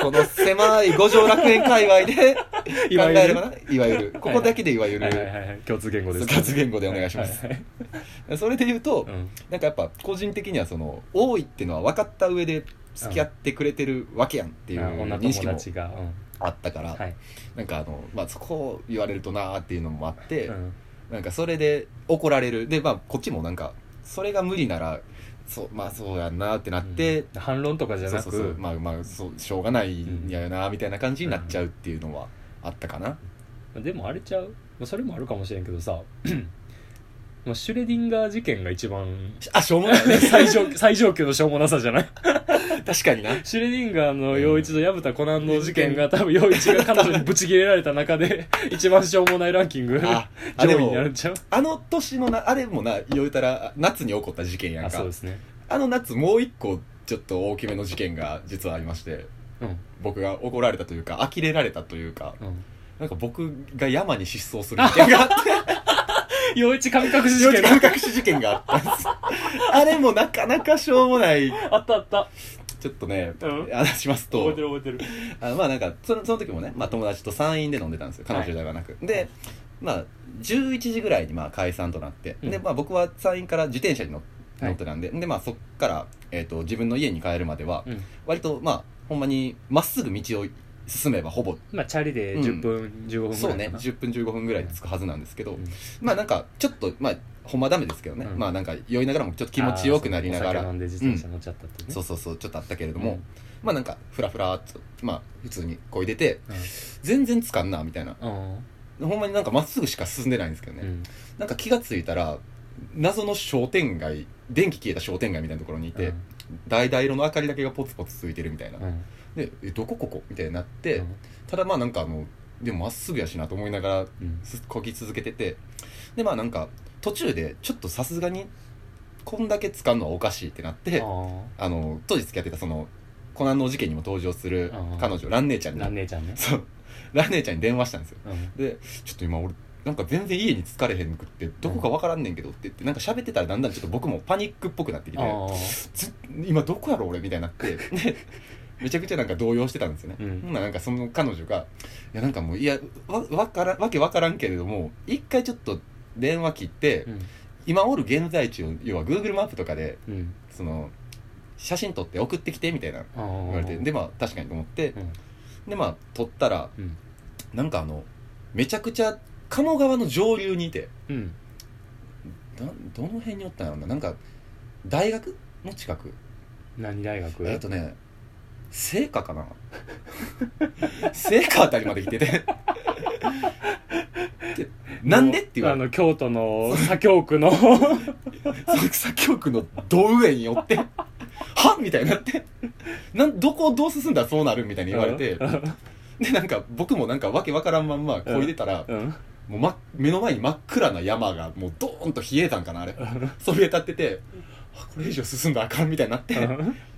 Speaker 2: この狭い五条楽園界隈で考えればないわゆるここだけでいわゆ
Speaker 1: はいはい
Speaker 2: る
Speaker 1: はいはい共通言語です
Speaker 2: 共通言語でお願いします
Speaker 1: はは
Speaker 2: それで言うと
Speaker 1: はいうん
Speaker 2: なんかやっぱ個人的にはその多いっていうのは分かった上で付き合ってくれてるわけやんっていう
Speaker 1: あ女
Speaker 2: 認
Speaker 1: 友
Speaker 2: 識も
Speaker 1: 達が
Speaker 2: あったか
Speaker 1: うんは
Speaker 2: ら
Speaker 1: い
Speaker 2: なんかあのまあそこを言われるとなーっていうのもあって
Speaker 1: うん
Speaker 2: なんかそれで怒られるでまあこっちもなんかそれが無理ならそうまあそうやんなーってなって
Speaker 1: うん反論とかじゃ
Speaker 2: そう
Speaker 1: な
Speaker 2: そうそう
Speaker 1: く
Speaker 2: まあまあそうしょうがないんやよなーみたいな感じになっちゃうっていうのはあったかな
Speaker 1: でもあれちゃうまあそれもあるかもしれんけどさ まあシュレディンガー事件が一番
Speaker 2: あしょうもないね
Speaker 1: 最上最上級のしょうもなさじゃない
Speaker 2: 確かにな
Speaker 1: シュレディンガーの陽一と薮田コナンの事件が多分陽一が彼女にブチ切れられた中 で一番しょうもないランキング
Speaker 2: あ あ
Speaker 1: 上
Speaker 2: で
Speaker 1: 位に
Speaker 2: も
Speaker 1: なるんちゃう
Speaker 2: あの年のなあれもな言うたら夏に起こった事件やん
Speaker 1: あ
Speaker 2: か
Speaker 1: そうですね
Speaker 2: あの夏もう一個ちょっと大きめの事件が実はありまして
Speaker 1: うん
Speaker 2: 僕が怒られたというか呆れられたというか
Speaker 1: うん
Speaker 2: なんか僕が山に失踪する事件があって
Speaker 1: 陽一神隠し
Speaker 2: 幼
Speaker 1: 事
Speaker 2: 稚
Speaker 1: 件
Speaker 2: 感覚死事件があったんです あれもなかなかしょうもない
Speaker 1: あったあった
Speaker 2: ちょっとね、
Speaker 1: うん
Speaker 2: 話します
Speaker 1: 覚
Speaker 2: と
Speaker 1: えてる覚えてる
Speaker 2: あのまあなんかそのその時もね、まあ、友達と山陰で飲んでたんですよ彼女ではなく、でまあ11時ぐらいにまあ解散となって、
Speaker 1: うん
Speaker 2: でまあ僕は山陰から自転車に乗っ乗ってたんで、でまあそっから、えー、と自分の家に帰るまでは
Speaker 1: うん
Speaker 2: 割とまあほんまにまっすぐ道を進めばほぼ
Speaker 1: まあチャリで10分15分ぐらいかな
Speaker 2: そうね10分15分ぐらいつくはずなんですけ
Speaker 1: う
Speaker 2: ど、
Speaker 1: ん
Speaker 2: まあなんかちょっとまあほんまダメですけどね、
Speaker 1: うん
Speaker 2: まあなんか酔いながらもちょっと気持ちよくなりなが
Speaker 1: あーそうお酒
Speaker 2: ら
Speaker 1: 飲んで自転車乗っちゃったってね
Speaker 2: そううそうそうちょっとあったけれど
Speaker 1: う
Speaker 2: も
Speaker 1: ん、
Speaker 2: まあなんかフラフラっとまあ普通にこいでて
Speaker 1: うん
Speaker 2: 全然つかんなみたいな
Speaker 1: うん
Speaker 2: ほんまになんかまっすぐしか進んでないんですけどね、
Speaker 1: うん
Speaker 2: なんか気がついたら謎の商店街電気消えた商店街みたいなところにいて、橙色の明かりだけがポツポツついてるみたいな、
Speaker 1: うん
Speaker 2: でえどこここみたいになって、
Speaker 1: うん
Speaker 2: ただまあなんかあのでもまっすぐやしなと思いながら
Speaker 1: うん
Speaker 2: すこぎ続けててでまあなんか途中でちょっとさすがにこんだけ使うのはおかしいってなってあ
Speaker 1: あ
Speaker 2: の当時付き合ってたそのコナンの事件にも登場する
Speaker 1: あー
Speaker 2: 彼女蘭姉ちゃ
Speaker 1: ー
Speaker 2: んに
Speaker 1: なん姉ちゃんね
Speaker 2: そう蘭姉ちゃんに電話したんですよ
Speaker 1: うん
Speaker 2: でちょっと今俺なんか全然家に疲れへんくってどこかわからんねんけどって言ってなんか喋ってたらだんだんちょっと僕もパニックっぽくなってきて
Speaker 1: あ
Speaker 2: ず今どこやろ俺みたいになってでめちゃくちゃなんか動揺してたんですよね、
Speaker 1: うん
Speaker 2: ほんならなんかその彼女が「いやなんかもういやわわからんわけわからんけれども一回ちょっと電話切って、
Speaker 1: ー
Speaker 2: 今おる現在地を要は Google マップとかで
Speaker 1: うんうん
Speaker 2: その写真撮って送ってきてみたいな
Speaker 1: あー
Speaker 2: 言われてでまあ確かにと思って
Speaker 1: うん
Speaker 2: でまあ撮ったら
Speaker 1: うん
Speaker 2: なんかあのめちゃくちゃ鴨川の上流にいて
Speaker 1: うん
Speaker 2: などの辺におったんやろうななんか大学の近く
Speaker 1: 何大学
Speaker 2: えっとね聖火かな 聖火あたりまで来ててでなんでって言わ
Speaker 1: あ
Speaker 2: れ
Speaker 1: の京都の左京区 の
Speaker 2: た左京区のど上に寄ってはみたいになってなんどこをどう進んだらそうなるみたいに言われてでなんか僕もなんかわけわからんまんまこいでたら
Speaker 1: うん
Speaker 2: もう、ま、目の前に真っ暗な山がもうドーンと冷えたんかなあれそびえ立っててあこれ以上進んだらあかんみたいになって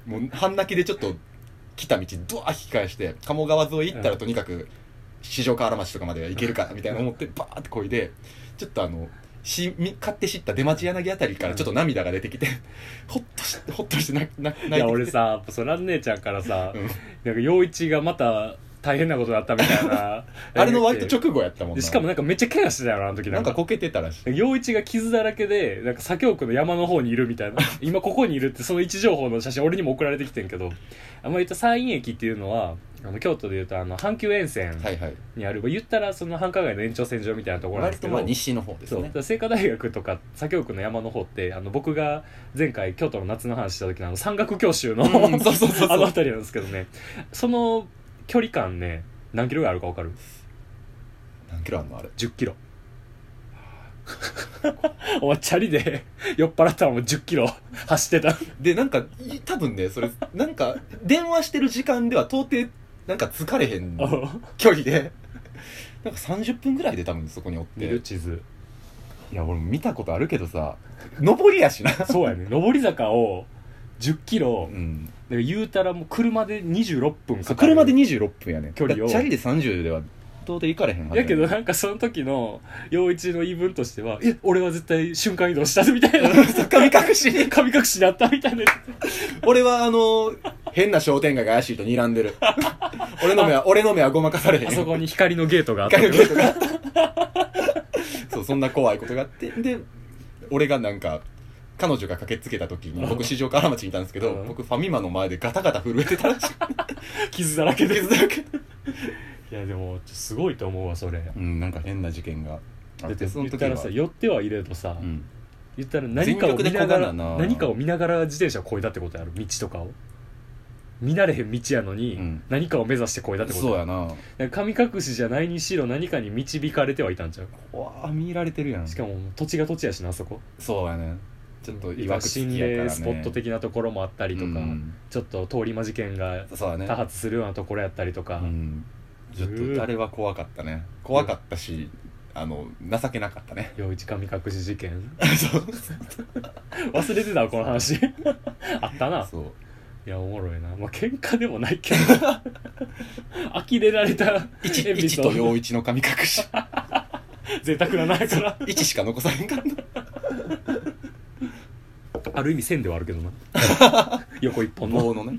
Speaker 2: もう半泣きでちょっと来た道ドア引き返して鴨川沿い行ったらとにかく四条河原町とかまで行けるかみたいな思ってバーってこいでちょっとあのしみ買って知った出町柳あたりからちょっと涙が出てきて ほっとしほっとして泣泣
Speaker 1: い
Speaker 2: 泣い
Speaker 1: や
Speaker 2: て
Speaker 1: 俺
Speaker 2: きて
Speaker 1: さやっぱそらん姉ちゃんからさ
Speaker 2: うん
Speaker 1: なんか陽一がまた大変なことだったみたいな
Speaker 2: あれの割と直後やったもん
Speaker 1: で
Speaker 2: な
Speaker 1: しかもなんかめっちゃ怪我してたよなあの時
Speaker 2: なんかこけてたらしい
Speaker 1: 陽一が傷だらけでなんか左京区の山の方にいるみた いな今ここにいるってその位置情報の写真俺にも送られてきてんけどあんま言った山陰駅っていうのはあの京都でいうとあの阪急沿線
Speaker 2: はいはい
Speaker 1: にある、言ったらその繁華街の延長線上みたいなところなんで
Speaker 2: 割
Speaker 1: すけ
Speaker 2: と
Speaker 1: ど
Speaker 2: まあ西の方です
Speaker 1: そうだ
Speaker 2: ね
Speaker 1: から聖華大学とか左京区の山の方ってあの僕が前回京都の夏の話した時のあの山岳教習の、
Speaker 2: うんそうそうそうそう
Speaker 1: あの辺りなんですけどねその距離感ね何キロぐらいあるか分かる
Speaker 2: 何キロあんのあれ
Speaker 1: 10キロお前チャリで 酔っ払ったらもう10キロ走ってた
Speaker 2: でなんかい多分ねそれなんか電話してる時間では到底なんか疲れへん距離でなんか30分ぐらいで多分そこにおっ
Speaker 1: 見る
Speaker 2: て
Speaker 1: 地図
Speaker 2: いや俺も見たことあるけどさ上りやしな
Speaker 1: そうやね上り坂を10キロ
Speaker 2: ん
Speaker 1: だから言うたらもう車で26分かかる
Speaker 2: 車で26分やね
Speaker 1: 距離を
Speaker 2: だからチャリで30では到底行かれへんはず
Speaker 1: やけど
Speaker 2: ね
Speaker 1: なんかその時の陽一の言い分としては「え俺は絶対瞬間移 動した」みたいな
Speaker 2: 神隠しに
Speaker 1: 神隠しだったみたいな
Speaker 2: 俺はあの変な商店街が怪しいと睨ん でる俺の目は俺の目はごまかされへ ん
Speaker 1: あそこに光のゲートがあった
Speaker 2: ガルゲート がそうそんな怖いことがあってで俺がなんか彼女が駆けつけた時に僕市場から町にいたんですけど、
Speaker 1: うん
Speaker 2: 僕ファミマの前でガタガタ震えてたらしい
Speaker 1: 傷だらけで
Speaker 2: 傷だらけ
Speaker 1: いやでもすごいと思うわそれ
Speaker 2: うんなんか変な事件があ
Speaker 1: だ
Speaker 2: っ
Speaker 1: ってて
Speaker 2: そ
Speaker 1: 言
Speaker 2: の
Speaker 1: っ
Speaker 2: 時
Speaker 1: た
Speaker 2: は
Speaker 1: らさ寄ってはいれどさ、
Speaker 2: うん、
Speaker 1: 言ったら何かを見ながら
Speaker 2: 全力でこがなな
Speaker 1: 何かを見ながら自転車を越えたってことやろ道とかを見慣れへん道やのに、
Speaker 2: うん
Speaker 1: 何かを目指して越えたってこと
Speaker 2: そうやな
Speaker 1: だから神隠しじゃないにしろ何かに導かれてはいたんちゃう
Speaker 2: わあ見入られてるやん
Speaker 1: しかも土地が土地やしなあそこ
Speaker 2: そうやねちょっとい
Speaker 1: 今心霊スポット的なところもあったりとか、
Speaker 2: うん
Speaker 1: ちょっと通り魔事件が
Speaker 2: そうやね
Speaker 1: 多発するようなところやったりとか、
Speaker 2: うんちょっ
Speaker 1: う
Speaker 2: と
Speaker 1: ー
Speaker 2: あれは怖かったね怖かったしあの情けなかったね
Speaker 1: 陽一神隠し事件
Speaker 2: そう
Speaker 1: 忘れてたわこの話 あったな
Speaker 2: そう
Speaker 1: いやおもろいなまあ喧嘩でもないけど 呆れられた
Speaker 2: 一
Speaker 1: エピ
Speaker 2: 一
Speaker 1: ソ
Speaker 2: と
Speaker 1: ード
Speaker 2: 陽一の神隠し
Speaker 1: 贅沢な中から
Speaker 2: 一しか残さへんからな
Speaker 1: ある意味線ではあるけど な横一本の
Speaker 2: 棒のね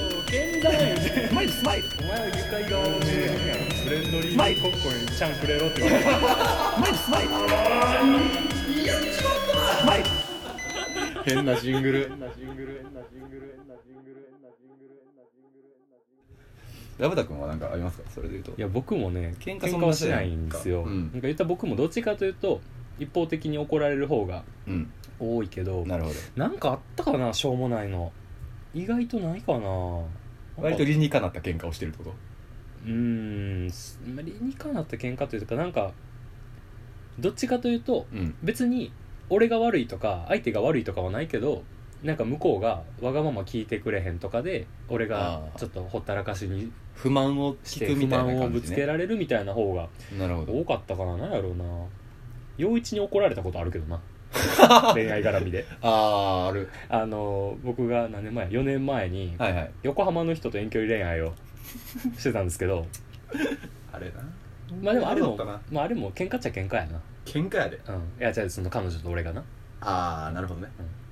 Speaker 1: お前
Speaker 2: スマイルスマイル
Speaker 1: は愉快顔をしてるやろフレンドリーマイコッコにちゃんくれろって言われた
Speaker 2: スマイル変なジングルラブタ君は何かありますかそれで言うと
Speaker 1: いや僕もね
Speaker 2: 喧
Speaker 1: 喧
Speaker 2: 嘩そ
Speaker 1: 嘩
Speaker 2: んな
Speaker 1: は
Speaker 2: せ
Speaker 1: し
Speaker 2: えへん
Speaker 1: ないんですよ、
Speaker 2: うん
Speaker 1: なんか言ったら僕もどっちかというと一方的に怒られる方が
Speaker 2: うん
Speaker 1: 多いけど
Speaker 2: なるほ
Speaker 1: なんかあったかなしょうもないの意外とないかな
Speaker 2: ど割と理にかなった喧嘩をしてるってこと
Speaker 1: うーんすまあ理にかなった喧嘩というかなんかどっちかというと
Speaker 2: うん
Speaker 1: 別に俺が悪いとか相手が悪いとかはないけどなんか向こうがわがまま聞いてくれへんとかで俺が
Speaker 2: あー
Speaker 1: ちょっとほったらかしに
Speaker 2: 不満を
Speaker 1: し
Speaker 2: 聞
Speaker 1: て
Speaker 2: く
Speaker 1: 不
Speaker 2: みたい
Speaker 1: 満
Speaker 2: な
Speaker 1: を
Speaker 2: 感
Speaker 1: ぶ
Speaker 2: じ
Speaker 1: つけ
Speaker 2: ね
Speaker 1: られるみたいな方が
Speaker 2: なるほど
Speaker 1: 多かったかななんやろうな陽一に怒られたことあるけど な恋愛絡みで
Speaker 2: ああある
Speaker 1: あの僕が何年前4年前に
Speaker 2: はいはい
Speaker 1: 横浜の人と遠距離恋愛をしてたんですけ ど
Speaker 2: あれな
Speaker 1: まあでもあれ
Speaker 2: そう
Speaker 1: も
Speaker 2: だったな
Speaker 1: まああれも喧嘩っちゃ喧嘩やな
Speaker 2: 喧嘩やで
Speaker 1: うんいやじゃあその彼女と俺がな、
Speaker 2: ああなるほどね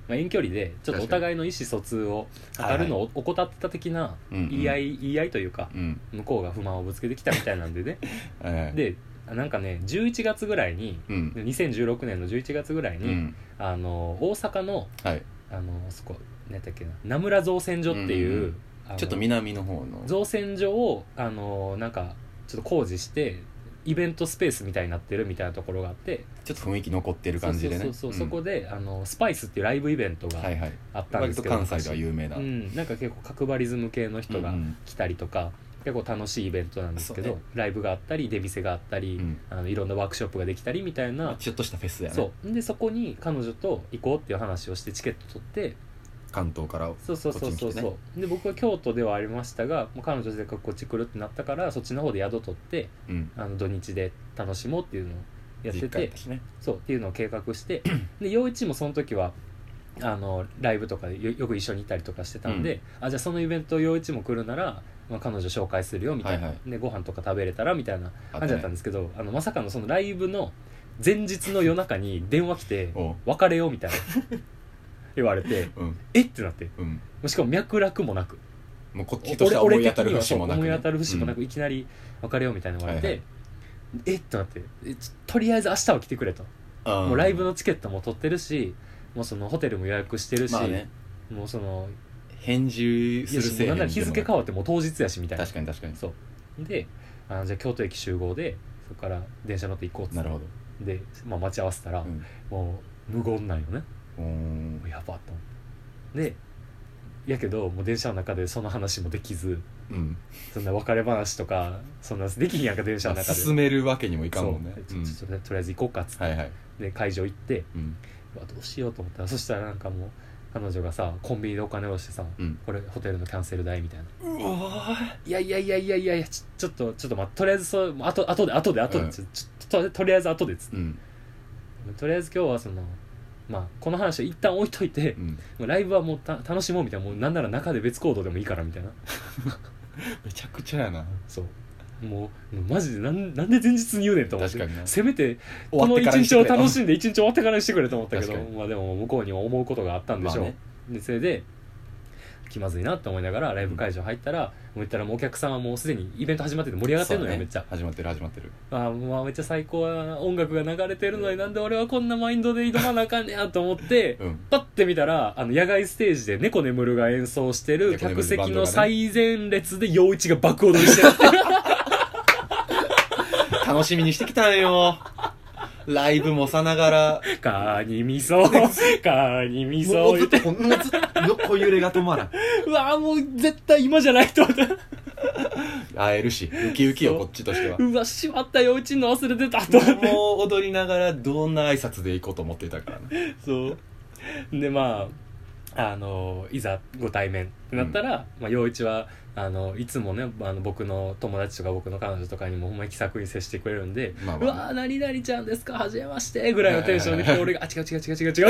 Speaker 1: まあ、遠距離でちょっとお互いの意思疎通を図るのを怠ってた的な
Speaker 2: うんうん
Speaker 1: 言い合い言い合いというか
Speaker 2: うん
Speaker 1: 向こうが不満をぶつけてきたみたいなんで ね
Speaker 2: ええ
Speaker 1: でなんかね11月ぐらいに
Speaker 2: うん
Speaker 1: 2016年の11月ぐらいうに、
Speaker 2: ん
Speaker 1: あの大阪の
Speaker 2: はい
Speaker 1: あのそこ何だっけな名村造船所っていう
Speaker 2: うん、うん
Speaker 1: あの
Speaker 2: ちょっと南の方の
Speaker 1: 造船所をあのなんかちょっと工事してイベントスペースみたいになってるみたいなところがあって
Speaker 2: ちょっと雰囲気残ってる感じでね
Speaker 1: そうそうそうそう、
Speaker 2: ん
Speaker 1: そこであのスパイスっていうライブイベント
Speaker 2: は
Speaker 1: が
Speaker 2: いはい
Speaker 1: あったんで
Speaker 2: 割
Speaker 1: す
Speaker 2: と
Speaker 1: けど、
Speaker 2: 関西では有名な
Speaker 1: うん、なんか結構角張りズム系の人が
Speaker 2: うん
Speaker 1: 来たりとか、結構楽しいイベントなんですけ
Speaker 2: そ
Speaker 1: ど、
Speaker 2: うね
Speaker 1: ライブがあったり出店があったり、
Speaker 2: うん
Speaker 1: あのいろんなワークショップができたりみたいな
Speaker 2: ちょっとしたフェスやね
Speaker 1: そうでそこに彼女と行こうっていう話をしてチケット取って
Speaker 2: 関東から
Speaker 1: そうそうそうそうそう、
Speaker 2: こ
Speaker 1: で僕は京都ではありましたがもう彼女せっかくこっち来るってなったからそっちの方で宿取って
Speaker 2: うん
Speaker 1: あの土日で楽しもうっていうのをやって
Speaker 2: 実家
Speaker 1: て
Speaker 2: やったしね
Speaker 1: そうっていうのを計画して で陽一もその時はあのライブとかでよよく一緒に行ったりとかしてたんで、あじゃあそのイベント陽一も来るなら、まあ、彼女紹介するよみたいな、
Speaker 2: はい
Speaker 1: でご飯とか食べれたらみたいな
Speaker 2: あ
Speaker 1: 感じだったんですけどあ、のまさかのそのライブの前日の夜中に電話来て
Speaker 2: おう
Speaker 1: 「別れよ」みたいな 言われて
Speaker 2: うん
Speaker 1: 「えっ?」てなって
Speaker 2: うん
Speaker 1: しかも脈絡もなく
Speaker 2: もうこっちとし
Speaker 1: 俺
Speaker 2: ては思
Speaker 1: 俺
Speaker 2: い当
Speaker 1: 的
Speaker 2: たる
Speaker 1: には
Speaker 2: 節
Speaker 1: そう
Speaker 2: もなく
Speaker 1: 思
Speaker 2: ね
Speaker 1: い当たる節もな
Speaker 2: う
Speaker 1: くいきなり別れようみたいな言われて、
Speaker 2: はいは
Speaker 1: えっとなってえちょとりあえず明日は来てくれと、
Speaker 2: ん
Speaker 1: もうライブのチケットも取ってるしもうそのホテルも予約してるし、
Speaker 2: まあね
Speaker 1: もうその
Speaker 2: 返事するせ
Speaker 1: いや
Speaker 2: いへ
Speaker 1: なんんなら日付変わってもう当日やしみたいな
Speaker 2: 確かに確かに
Speaker 1: そうであじゃあ京都駅集合でそこから電車乗って行こうっつって
Speaker 2: なるほ
Speaker 1: で、まあ、待ち合わせたら、
Speaker 2: うん
Speaker 1: もう無言なんよね
Speaker 2: どうん
Speaker 1: やばっと思ってでやけどもう電車の中でその話もできず
Speaker 2: うん
Speaker 1: そんな別れ話とかそんなできひんやんか電車の中で
Speaker 2: 進めるわけにもいか
Speaker 1: そ
Speaker 2: ん
Speaker 1: う
Speaker 2: もんね
Speaker 1: ち
Speaker 2: う
Speaker 1: ょ
Speaker 2: ん
Speaker 1: ちょっとねとりあえず行こうかっつって、
Speaker 2: はいはい
Speaker 1: で会場行って
Speaker 2: うん
Speaker 1: うわどうしようと思ったらそしたらなんかもう彼女がさコンビニでお金をしてさ
Speaker 2: うん
Speaker 1: これホテルのキャンセル代みたいな「
Speaker 2: うわー
Speaker 1: いやいやいやいやいやいやちょちょっとちょっと待ってとりあえずそうあとあとであとであとで、
Speaker 2: うん
Speaker 1: ちょちょととりあえずあとで」つって
Speaker 2: うん
Speaker 1: とりあえず今日はそのまあこの話を一旦置いといて
Speaker 2: う、ん
Speaker 1: もうライブはもうた楽しもうみたいなもうなんなら中で別行動でもいいからみたいな
Speaker 2: めちゃくちゃやな
Speaker 1: そうもうもうマジでなんなんで前日に言うねんと思って
Speaker 2: 確かにな
Speaker 1: せめてこ
Speaker 2: 終わっ
Speaker 1: の
Speaker 2: てか
Speaker 1: 一
Speaker 2: らにして
Speaker 1: 日
Speaker 2: く
Speaker 1: を
Speaker 2: れ
Speaker 1: 楽しんで一日終わってからにしてくれと思ったけど
Speaker 2: 確かに
Speaker 1: まあでも向こうにも思うことがあったんでしょう、
Speaker 2: まあね
Speaker 1: でそれで気まずいなって思いながらライブ会場入ったら、もう言ったらもうお客さんはもうすでにイベント始まってて盛り上がってるのよ、
Speaker 2: そうだね
Speaker 1: めっちゃ
Speaker 2: 始まってる始まってる
Speaker 1: あーもうめっちゃ最高やな音楽が流れてるのになんで俺はこんなマインドで挑まなあかんねやと思って、
Speaker 2: うん
Speaker 1: パッて見たらあの野外ステージで「猫眠る」が演奏してる
Speaker 2: 猫
Speaker 1: 客
Speaker 2: 眠るバン
Speaker 1: 席
Speaker 2: ドが
Speaker 1: の
Speaker 2: ね
Speaker 1: 最前列で陽一が爆踊りしてる
Speaker 2: 楽しみにしてきたんよライブもさながら
Speaker 1: カニ味噌カニ味噌言って
Speaker 2: ともうずっと横揺れが止まらん
Speaker 1: うわーもう絶対今じゃないと思った
Speaker 2: 会えるしウキウキよこっちとしては
Speaker 1: うわしまった陽一の忘れてたと思って
Speaker 2: もう踊りながらどんな挨拶で行こうと思っていたからね
Speaker 1: そうでまああのいざご対面ってなったら、まあ、陽一はあのいつもねあの僕の友達とか僕の彼女とかにもほんまに気さくに接してくれるんで「
Speaker 2: まあ
Speaker 1: う
Speaker 2: まあま
Speaker 1: わ
Speaker 2: あ
Speaker 1: ー何々ちゃんですかはじめまして」ぐらいのテンションで来て俺が「あ違う違う違う違う違う」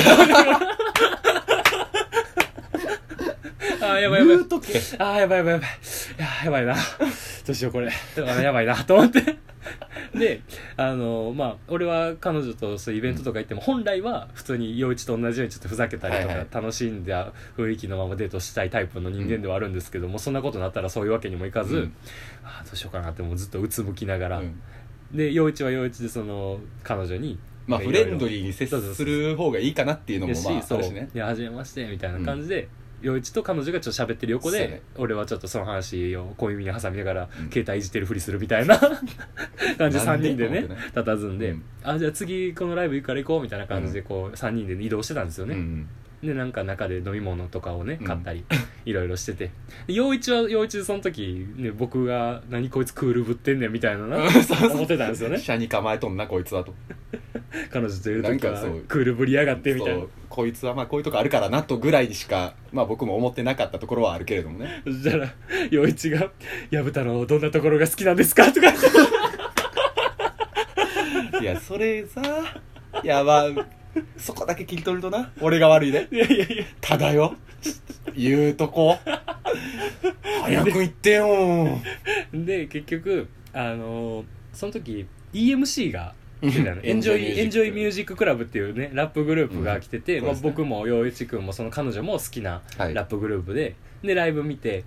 Speaker 1: あーやばいやばい
Speaker 2: 言うとけ
Speaker 1: あーやばいやばいやばいいやーやばいなどうしようこれあーやばいなと思ってであのまあ俺は彼女とそういうイベントとか行っても本来は普通に陽一と同じようにちょっとふざけたりと
Speaker 2: はいは
Speaker 1: か
Speaker 2: い
Speaker 1: 楽しんだ雰囲気のままデートしたいタイプの人間ではあるんですけども、そんなことになったらそういうわけにもいかず、
Speaker 2: うん
Speaker 1: あーどうしようかなってもうずっとうつむきながら、
Speaker 2: うん
Speaker 1: で陽一は陽一でその彼女に
Speaker 2: まあ
Speaker 1: い
Speaker 2: フ
Speaker 1: ろいろ
Speaker 2: レンドリーに接する方がいいかなっていうの
Speaker 1: で
Speaker 2: も
Speaker 1: し、
Speaker 2: まああ
Speaker 1: そう
Speaker 2: るしね
Speaker 1: いや初めましてみたいな感じで、陽一と彼女がちょっと喋ってる横
Speaker 2: そう
Speaker 1: で、
Speaker 2: やね
Speaker 1: 俺はちょっとその話を小耳に挟みながら、
Speaker 2: うん
Speaker 1: 携帯いじってるふりするみ たいな感じで
Speaker 2: な
Speaker 1: 3
Speaker 2: んで
Speaker 1: 人でね
Speaker 2: と思ってね
Speaker 1: 佇んで、
Speaker 2: うん
Speaker 1: あじゃあ次このライブ行くから行こうみたいな感じでこう3人で移動してたんですよ
Speaker 2: うんう
Speaker 1: ね、
Speaker 2: ん
Speaker 1: でなんか中で飲み物とかをね
Speaker 2: うん
Speaker 1: 買ったり、いろいろしててで陽一は陽一でその時、ね、僕が「何こいつクールぶってんねん」みたいなな思ってたんですよね
Speaker 2: 車に構えとんなこいつはと
Speaker 1: 彼女といる時は
Speaker 2: なんかそう
Speaker 1: クールぶりやがってみたいな
Speaker 2: そうこいつはまあこういうとこあるからなとぐらいにしかまあ僕も思ってなかったところはあるけれど もね
Speaker 1: そしたら陽一が「薮太郎どんなところが好きなんですか?」とか言 って
Speaker 2: いやそれさやばそこだけ切り取るとな俺が悪いで
Speaker 1: いやいやいや
Speaker 2: ただよ言うとこ早く行ってよ
Speaker 1: で結局あのーその時 EMC が来てたのエ
Speaker 2: エ
Speaker 1: ン
Speaker 2: ン
Speaker 1: ジ
Speaker 2: ジ
Speaker 1: ョ
Speaker 2: ョ
Speaker 1: イ
Speaker 2: イ
Speaker 1: エンジョイミュージッククラブっていうねラップグループが来てて、
Speaker 2: うん
Speaker 1: まあ、
Speaker 2: そうですね
Speaker 1: 僕も陽一君もその彼女も好きな
Speaker 2: はい
Speaker 1: ラップグループで、でライブ見て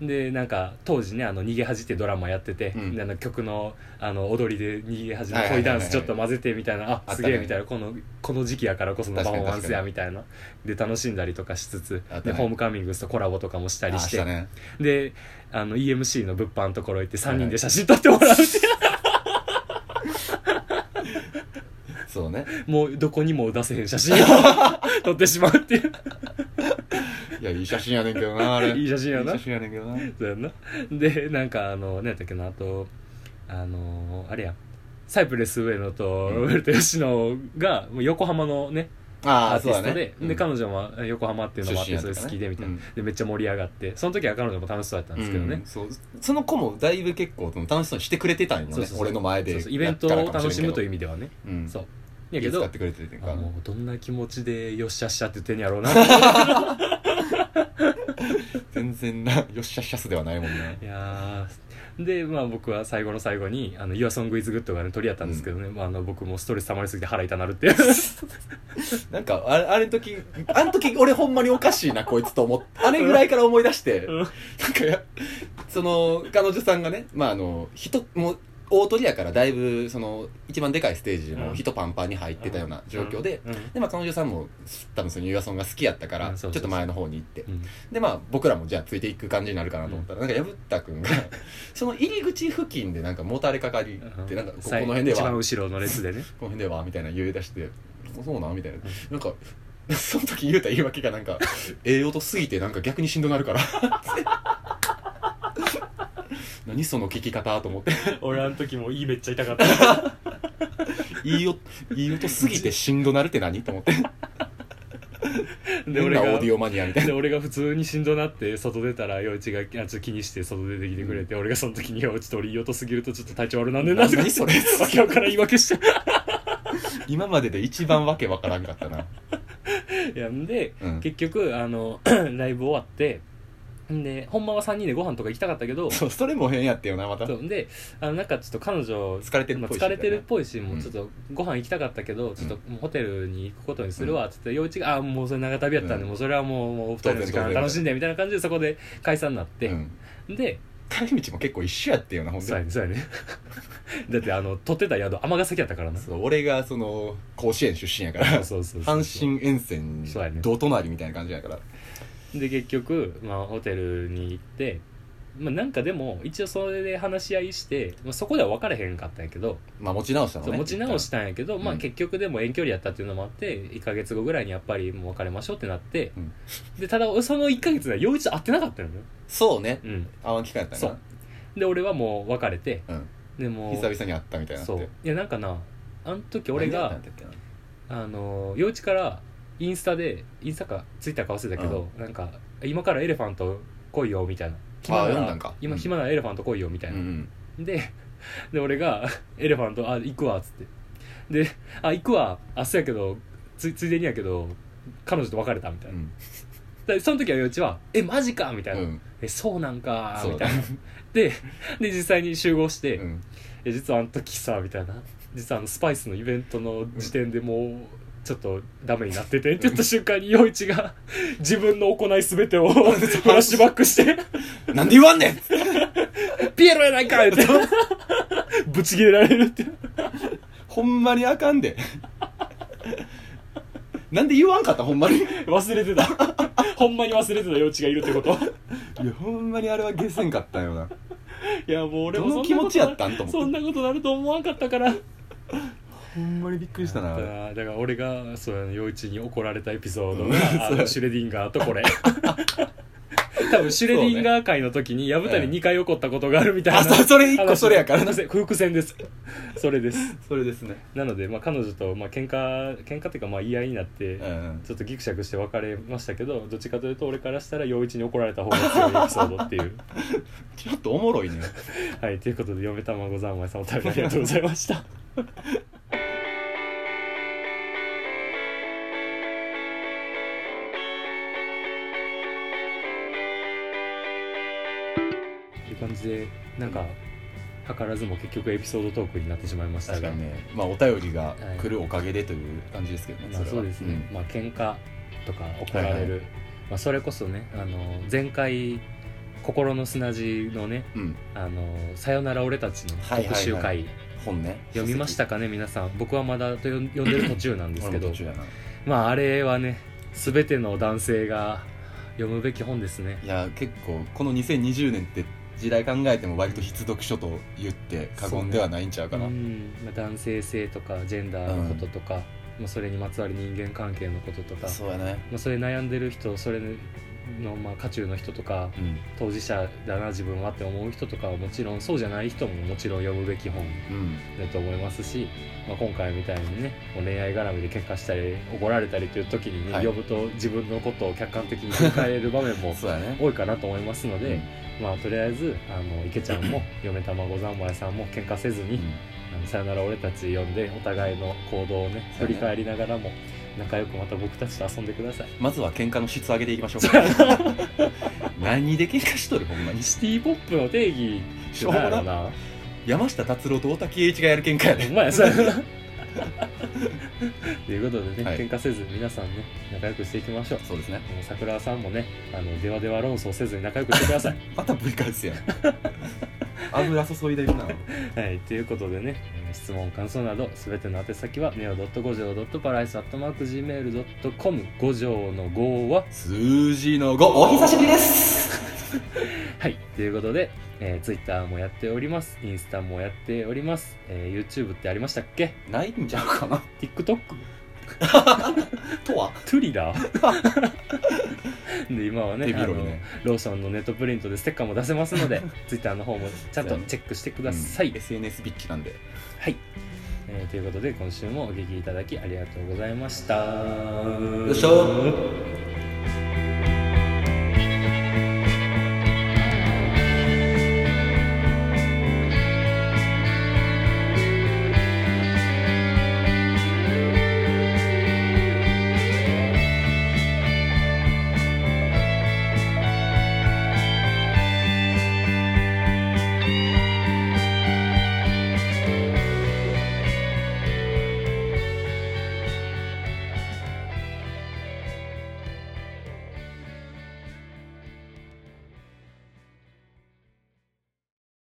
Speaker 1: でなんか当時ね「あの逃げ恥」ってドラマやってて、
Speaker 2: うん
Speaker 1: であの曲のあの踊りで逃げ恥の
Speaker 2: はいはい
Speaker 1: 恋
Speaker 2: はいは
Speaker 1: ダ
Speaker 2: い
Speaker 1: ンスちょっと混ぜてみたいな「あ
Speaker 2: あっ
Speaker 1: す
Speaker 2: たね
Speaker 1: げえ」みたいなこのこの時期やからこそのパ
Speaker 2: 確
Speaker 1: フォ
Speaker 2: かに
Speaker 1: ーマンスや
Speaker 2: 確かに
Speaker 1: みたいなで楽しんだりとかしつつ、
Speaker 2: あった
Speaker 1: で
Speaker 2: ね
Speaker 1: ホームカミングスとコラボとかもしたり
Speaker 2: あ
Speaker 1: して
Speaker 2: し、たね
Speaker 1: であの EMC の物販のところ行って3人で写真撮ってもらうっていう
Speaker 2: そうね
Speaker 1: もうどこにも出せへん写 真を撮ってしまうっていう
Speaker 2: いやいい写真やねんけどなあれ
Speaker 1: いい写真やない
Speaker 2: い写真やねんけどな
Speaker 1: そうやんなでなんかあの何やったっけなあとあのあれやサイプレス上野と
Speaker 2: うん
Speaker 1: ロベルト吉野がもう横浜のね
Speaker 2: あ
Speaker 1: ア
Speaker 2: あ
Speaker 1: ーテ
Speaker 2: そう
Speaker 1: ィス
Speaker 2: だ
Speaker 1: ト
Speaker 2: ね
Speaker 1: で、
Speaker 2: うん
Speaker 1: で彼女も横浜っていうのもあって
Speaker 2: 出身
Speaker 1: そ
Speaker 2: や
Speaker 1: れ
Speaker 2: った
Speaker 1: 好
Speaker 2: ね
Speaker 1: きでみたいな、
Speaker 2: うん
Speaker 1: でめっちゃ盛り上がってその時は彼女も楽しそうやったんですけどね、
Speaker 2: うんそうその子もだいぶ結構その楽しそうにしてくれてたんよね
Speaker 1: そうそうそう
Speaker 2: 俺の前で
Speaker 1: そうそうイベントを楽しむという意味ではね、
Speaker 2: 味、うん、
Speaker 1: そううやけ
Speaker 2: 気
Speaker 1: ど
Speaker 2: 遣ってくれてるっていう
Speaker 1: あ
Speaker 2: か
Speaker 1: もうどんな気持ちでよっしゃっしゃって言ってんや ろうな
Speaker 2: 全然な よっしゃっしゃすではないもんない
Speaker 1: やーでまあ僕は最後の最後に「あの YourSongIsGood」がね取り合ったんですけどね、まあ、あの僕もストレス溜まりすぎて腹痛なる っていう
Speaker 2: なんかあれあれの時あの時俺ほんまにおかしいなこいつと思 ってあれぐらいから思い出して、
Speaker 1: うん
Speaker 2: なんかやその彼女さんがねまああの人もう大鳥やからだいぶその一番でかいステージ
Speaker 1: う
Speaker 2: の
Speaker 1: ん
Speaker 2: 人パンパンに入ってたような状況で、
Speaker 1: うん
Speaker 2: でまあ彼女さんも多分そのユアソンが好きやったか
Speaker 1: う
Speaker 2: ら
Speaker 1: ん
Speaker 2: ち
Speaker 1: そう
Speaker 2: ょっ
Speaker 1: そうそう
Speaker 2: と前の方に行って
Speaker 1: うん
Speaker 2: でまあ僕らもじゃあついていく感じになるかなと思ったら、なんか薮田君 がその入り口付近でなんかもたれかかりってなんかここの辺で
Speaker 1: 一
Speaker 2: は
Speaker 1: 番後ろの列でね
Speaker 2: この辺ではみたいな言い出して「そうなん?」みたいななんか その時言うた言い訳がなんか栄養とすぎてなんか逆にしんどなるから 何その聞き方と思って
Speaker 1: 俺あの時もいいめっちゃ痛かった
Speaker 2: いい音いい音すぎてしんどなるって何と思って
Speaker 1: で
Speaker 2: 変
Speaker 1: 俺
Speaker 2: なオ
Speaker 1: が
Speaker 2: ーディオマニアみたい
Speaker 1: で
Speaker 2: な
Speaker 1: 俺が普通にしんどなって外出たら陽一があちょっと気にして外出てきてくれて、俺がその時に陽一と俺いい音すぎるとちょっと体調悪なんでな
Speaker 2: な
Speaker 1: とか
Speaker 2: 何それ
Speaker 1: わけわからん言い訳して
Speaker 2: 今までで一番わけわからん かったな、
Speaker 1: いやんで、
Speaker 2: う ん
Speaker 1: 結局あのライブ終わってんでほんまは3人でご飯とか行きたかったけど
Speaker 2: そうそれも変やってよなまた
Speaker 1: そうであのなんかちょっと彼女
Speaker 2: 疲れてる
Speaker 1: まあ
Speaker 2: っぽいし
Speaker 1: 疲れてるっぽいし、もううんちょっとご飯行きたかったけど、ちょっともうホテルに行くことにするわっつって陽一が「ああもうそれ長旅やったんで、
Speaker 2: うん
Speaker 1: もうそれはもうもうお二人の時
Speaker 2: 当然当
Speaker 1: 間
Speaker 2: 然
Speaker 1: 楽しんで」みたいな感じでそこで解散になって、
Speaker 2: うん
Speaker 1: で
Speaker 2: 帰り道も結構一緒やってよなほん
Speaker 1: そうや
Speaker 2: で
Speaker 1: ねそうやね だってあの取ってた宿尼崎やったからな
Speaker 2: そう俺がその甲子園出身やから
Speaker 1: そうそうそう
Speaker 2: 阪神沿線
Speaker 1: そうやね
Speaker 2: 道隣みたいな感じやから
Speaker 1: で結局、まあ、ホテルに行って、まあ、なんかでも一応それで話し合いして、まあ、そこでは分かれへんかったんやけど、
Speaker 2: まあ持ち直したの
Speaker 1: そう
Speaker 2: ね
Speaker 1: 持ち直したんやけど、まあ、
Speaker 2: うん
Speaker 1: 結局でも遠距離やったっていうのもあって1か月後ぐらいにやっぱりもう別れましょうってなって、
Speaker 2: うん
Speaker 1: でただその1か月では陽一と会ってなかったのよ、
Speaker 2: そうね
Speaker 1: うん、
Speaker 2: あわん期間やった
Speaker 1: そ
Speaker 2: よ
Speaker 1: うで俺はもう別れて
Speaker 2: なうん
Speaker 1: でもう
Speaker 2: 久々に会ったみたいになって
Speaker 1: そういやなんかなあの時俺
Speaker 2: 何やった
Speaker 1: が
Speaker 2: んだっけな
Speaker 1: あの陽一からインスタでインスタかツイッターか忘れたけど、なんか「今からエレファント来いよ」みたいな暇なら
Speaker 2: 読んだんか
Speaker 1: 今
Speaker 2: うん
Speaker 1: 暇ならエレファント来いよみたいな、
Speaker 2: うん
Speaker 1: で で俺が 「エレファントあ行くわ」っつってで「あ行くわあそうやけどつついでにやけど彼女と別れた」みた
Speaker 2: う
Speaker 1: い
Speaker 2: ん
Speaker 1: な、でその時は陽一は「えマジか」みたいな「
Speaker 2: うん
Speaker 1: えそうなんか」
Speaker 2: そう
Speaker 1: みたいなでで実際に集合して「
Speaker 2: うん
Speaker 1: え実はあの時さ」みたいな実はあのスパイスのイベントの時点でもう。ちょっとダメになっててって言った瞬間に陽一が自分の行い全てをフラッシュバックして
Speaker 2: なんで言わんね ん
Speaker 1: 「ピエロやないか!」ってぶち切れられるっていう
Speaker 2: ほんまにあかんで なんで言わんかったほんま にい
Speaker 1: 忘れてたほんまに忘れてた幼稚がいるってこと
Speaker 2: やほんまにあれはゲセんかったよない
Speaker 1: やもう俺も
Speaker 2: どの気持ちやったんと思って
Speaker 1: そんなことなると思わんかったから
Speaker 2: ほんまにびっくりしたなあれ
Speaker 1: だから俺がそうやね幼稚に怒られたエピソード
Speaker 2: うん
Speaker 1: があ
Speaker 2: そう
Speaker 1: のシュレディンガーとこ れ多分シュレディンガー会の時に薮谷2回起こったことがあるみたいな
Speaker 2: あそうそれ一個それやからな
Speaker 1: 話の伏線ですそれです
Speaker 2: それですね
Speaker 1: なので、まあ、彼女と、まあ、喧嘩喧嘩っていうかまあ言い合いになって、
Speaker 2: うん
Speaker 1: ちょっとギクシャクして別れましたけどどっちかというと俺からしたら陽一に怒られた方が強いエピソードっていう
Speaker 2: ちょっとおもろいね
Speaker 1: はい、ということで、嫁たまござんまいさん、お便りありがとうございました。という感じで、なんか、図らずも結局エピソードトークになってしまいました
Speaker 2: 確か
Speaker 1: が。
Speaker 2: にねまあお便りが来るおかげでという感じですけどね
Speaker 1: まあ、
Speaker 2: れは
Speaker 1: そうですね、
Speaker 2: ん
Speaker 1: まあ喧嘩とか怒られる、
Speaker 2: はい
Speaker 1: まあ、それこそね、あの前回。心の砂地のね、
Speaker 2: うん
Speaker 1: あのさよなら俺たちの
Speaker 2: はいはいはい
Speaker 1: 特集会。
Speaker 2: 本ね
Speaker 1: 読みましたかね皆さん僕はまだと読ん読んでる途中なんですけ
Speaker 2: 俺
Speaker 1: ど
Speaker 2: も途中やな
Speaker 1: まああれはね全ての男性が読むべき本ですね
Speaker 2: いや結構この2020年って時代考えても割と必読書と言って過言ではないんちゃう
Speaker 1: う
Speaker 2: かな、
Speaker 1: んまあ男性性とかジェンダーのこととか、まあ、それにまつわる人間関係のこととか
Speaker 2: そうやね
Speaker 1: まあ、それ悩んでる人それの、まあ、渦中の人とか
Speaker 2: うん
Speaker 1: 当事者だな自分はって思う人とかはもちろんそうじゃない人ももちろん読むべき本
Speaker 2: うん
Speaker 1: だと思いますし、まあ、今回みたいにねもう恋愛絡みで喧嘩したり怒られたりという時にね、
Speaker 2: はい
Speaker 1: 呼ぶと自分のことを客観的に振り返る場面も
Speaker 2: そうやね
Speaker 1: 多いかなと思いますので、
Speaker 2: うん
Speaker 1: まあとりあえずあの池ちゃんも嫁たまご三昧さんも喧嘩せずに、あのさよなら俺たち呼んでお互いの行動をね
Speaker 2: そう
Speaker 1: 振
Speaker 2: ね
Speaker 1: り返りながらも仲良くまた僕たちと遊んでください。
Speaker 2: まずは喧嘩の質上げていきましょう何で喧嘩しとるほんまに
Speaker 1: シティポップの定義って何やろな
Speaker 2: 山下達郎と大滝栄一がやる喧嘩や
Speaker 1: ほん
Speaker 2: ね
Speaker 1: まや それということでね、
Speaker 2: はい
Speaker 1: 喧嘩せず皆さんね仲良くしていきましょう
Speaker 2: そうですね
Speaker 1: もう桜さんもねあのではでは論争せずに仲良くしてください
Speaker 2: またぶり返すやん油注いでるな
Speaker 1: はいということでねえー質問感想などすべての宛先は neo.5 条 p a r a i s g m a i l c o m 5条の5は
Speaker 2: 数字の5お久しぶりです
Speaker 1: はいということで、えー、Twitter もやっておりますインスタもやっております、えー YouTube ってありましたっけ
Speaker 2: ないんちゃうかな
Speaker 1: TikTok?
Speaker 2: とは
Speaker 1: トゥリラーで今はね
Speaker 2: 手
Speaker 1: あ
Speaker 2: 広い
Speaker 1: の
Speaker 2: ね
Speaker 1: ローソンのネットプリントでステッカーも出せますの で Twitter の方もちゃんとチェックしてください、
Speaker 2: うん SNS ビッチなんで
Speaker 1: はい、えーということで今週もお聞きいただきありがとうございました
Speaker 2: よいしょ